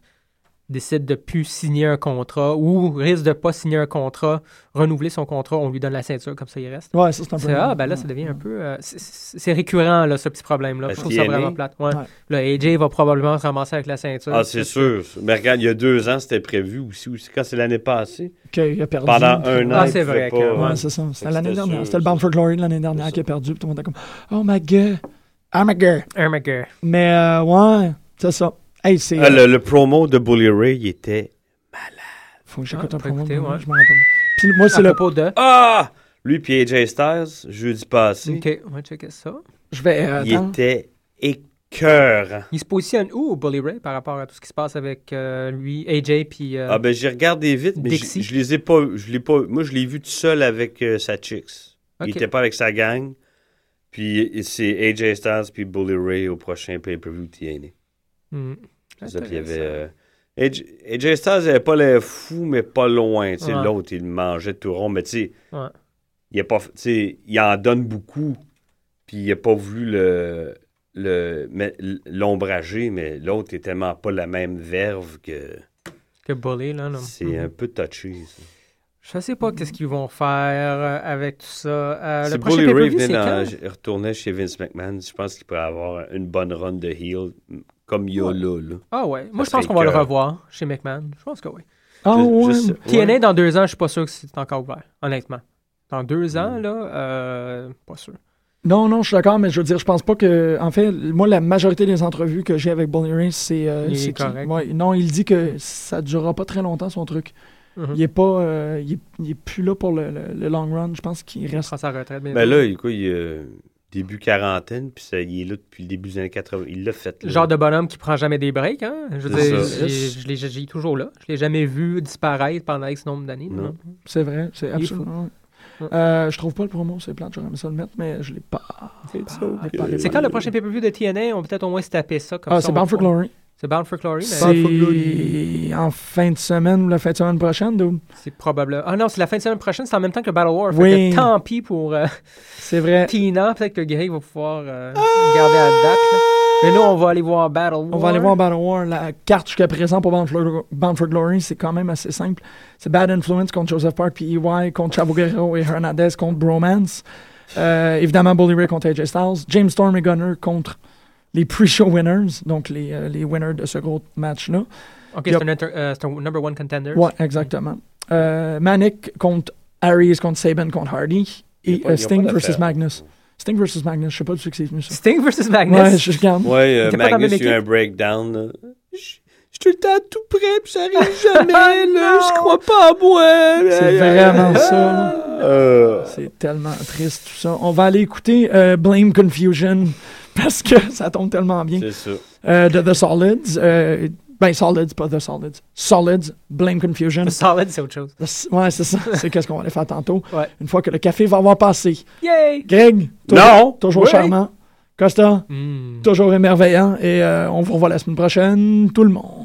G: décide de plus signer un contrat ou risque de pas signer un contrat, renouveler son contrat, on lui donne la ceinture, comme ça il reste.
F: Ouais, ça, c'est un peu...
G: C'est- ah, ben là, ça devient un peu. euh, c'est- c'est c'est récurrent, là, ce petit problème-là. Je
H: Est-ce
G: trouve
H: qu'il
G: ça
H: est
G: vraiment
H: né?
G: plate. Ouais.
F: Ouais.
G: Là, AJ va probablement se ramasser avec la ceinture.
H: Ah, c'est sûr. Mais regarde, il y a deux ans, c'était prévu aussi. aussi quand c'est l'année passée,
F: Qu'il a perdu.
H: pendant
F: puis-
H: un an,
G: Ah,
H: il
G: c'est
H: pouvait
G: vrai
H: pas,
G: que-
H: euh,
F: Ouais,
G: Ouais.
F: c'est ça. C'était
H: Fait que
F: l'année
H: c'était
F: dernière.
H: sûr,
F: C'était le Bound for Glory de l'année dernière
H: C'est
F: qui a
H: ça.
F: perdu. Puis tout le monde était comme Oh my god,
G: Oh
F: I'm a girl.
G: Un McGuire.
F: Mais euh, ouais, c'est ça. Hey, c'est. euh,
H: Ah, le, le promo de Bully Ray, il était...
F: Faut que j'écoute
G: Ah,
F: un
G: t'as
F: promo.
G: écouté, ouais.
F: Je m'en rappelle. Puis moi,
G: À
F: c'est le.
G: propos de.
H: Ah! Lui puis AJ Styles, jeudi passé,
G: Ok, on va checker ça.
F: Je vais. euh,
H: il
F: attendre.
H: était écœurant.
G: Il se positionne où, Bully Ray, par rapport à tout ce qui se passe avec euh, lui, AJ, puis. euh,
H: Ah ben j'ai regardé vite, mais
G: Dixie.
H: je, je les ai pas, je l'ai pas. Moi je l'ai vu tout seul avec euh, sa chicks. Il
G: Ok.
H: était pas avec sa gang. Puis euh, c'est AJ Styles puis Bully Ray au prochain pay-per-view TNA.
G: hmm.
H: C'est ça. Puis il y avait
G: Intéressant.
H: euh, AJ, AJ Styles avait pas l'air fou mais pas loin. Tu sais,
G: Ouais.
H: l'autre il mangeait tout rond, mais tu sais,
G: Ouais.
H: il a pas, tu sais, il en donne beaucoup. Puis il a pas voulu le le mais- l'ombrager, mais l'autre est tellement pas la même verve que
G: Que Bully, là, non.
H: c'est euh,
G: Mhm.
H: un peu touché. ça.
G: Je sais pas qu'est-ce qu'ils vont faire euh, avec tout ça. Euh,
H: Si
G: le prochain
H: Bully Ray
G: pay-per-view,
H: venait
G: c'est
H: dans-
G: quand?
H: je- retournait chez Vince McMahon, je pense qu'il pourrait avoir une bonne run de heel comme il y a là. là.
G: Ah ouais. Moi, je
H: serait
G: pense qu'on va le
H: que-
G: revoir chez McMahon. Je pense que oui.
F: Ah
H: Je-
F: ouais.
H: je sais-
G: TNA,
H: ouais.
G: dans deux ans, je suis pas sûr que c'est encore ouvert, honnêtement. Dans deux
H: Hmm.
G: ans, là, euh, pas sûr.
F: Non, non, je suis d'accord, mais je veux dire, je pense pas que. En fait, moi, la majorité des entrevues que j'ai avec Bonnie Ray, c'est. euh,
G: Il est
F: c'est qu'il-
G: correct.
F: ouais, non, il dit que ça durera pas très longtemps, son truc.
G: Mhm.
F: Il est pas. euh, il, est, il est plus là pour le, le- le long run. Je pense qu'il
G: Il
F: reste.
G: prend sa retraite. bien
H: Ben
G: sûr.
H: là, il, quoi, il, euh, début quarantaine, puis ça, il est là depuis le début des années 80. Il l'a fait.
G: Le
H: là.
G: genre de bonhomme qui prend jamais des breaks, hein? Je veux
H: C'est
G: dire,
H: ça.
G: j'ai- je l'ai- j'ai toujours là. Je l'ai jamais vu disparaître pendant X nombre d'années.
H: Non.
G: non.
F: C'est vrai, c'est
G: est fou.
F: absolument.
G: Mm.
F: ouais. Euh, je trouve pas le promo, c'est plate, j'aurais aimé ça le mettre, mais je l'ai pas.
G: C'est quand le prochain pay-per-view de TNA? On va peut-être au moins se taper ça comme
F: Ah,
G: ça.
F: c'est
G: on-
F: Bound for Glory.
G: C'est Bound for Glory, mais
F: C'est en fin de semaine ou la fin de semaine prochaine, dude.
G: c'est probable. Ah non, c'est la fin de semaine prochaine, c'est en même temps que Battle War. Fait
F: Oui.
G: que tant pis pour euh,
F: C'est vrai.
G: Tina. Peut-être que Gary va pouvoir euh, garder à date. là. Mais nous, on va aller voir Battle War.
F: On va aller voir Battle War. La carte jusqu'à présent pour Bound for, Bound for Glory, c'est quand même assez simple. C'est Bad Influence contre Joseph Park, puis EY contre Chavo Guerrero et Hernandez contre Bromance. Euh, évidemment, Bully Ray contre AJ Styles. James Storm et Gunner contre les pre-show winners, donc les, euh, les winners de ce gros match-là.
G: Ok,
F: Yep.
G: c'est un, inter- euh, c'est un number one contender.
F: Ouais, exactement. euh, Manic contre Aries contre Saban contre Hardy
H: Il y
F: et
H: a pas-
F: euh,
H: il y a
F: Sting
H: pas
F: versus
H: d'affaire.
F: Magnus. Sting versus Magnus, je sais pas du tout que c'est venu ça.
G: Sting versus Magnus.
F: Ouais, je regarde.
H: Ouais, euh,
G: T'es pas dans la
H: Magnus,
G: même
H: il y a eu un
G: équipe.
H: breakdown. là.
G: Je suis tout le temps tout prêt, puis j'arrive jamais, là, je crois pas à moi. là.
F: C'est vraiment ça. là.
H: Euh,
F: C'est tellement triste tout ça. On va aller écouter euh, Blame Confusion parce que ça tombe tellement bien.
H: c'est ça.
F: Euh, de The Solids. euh, ben, Solids, pas The Solids. Solids, Blame Confusion.
G: Le solid, c'est autre chose.
F: The- Ouais, c'est ça. C'est qu'est-ce qu'on va aller faire tantôt.
G: Ouais.
F: Une fois que le café va avoir passé.
G: Yay!
F: Greg, toujours,
H: Non!
F: toujours
G: Oui!
F: charmant. Costa,
G: Mm.
F: toujours émerveillant. Et euh, on vous revoit la semaine prochaine, tout le monde.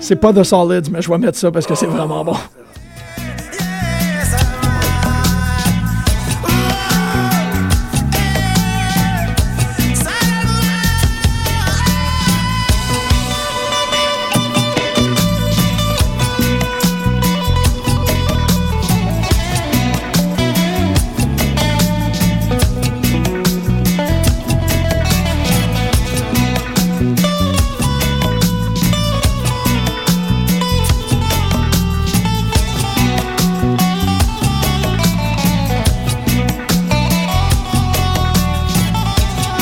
F: C'est pas The Solids, mais je vais mettre ça parce que c'est vraiment bon.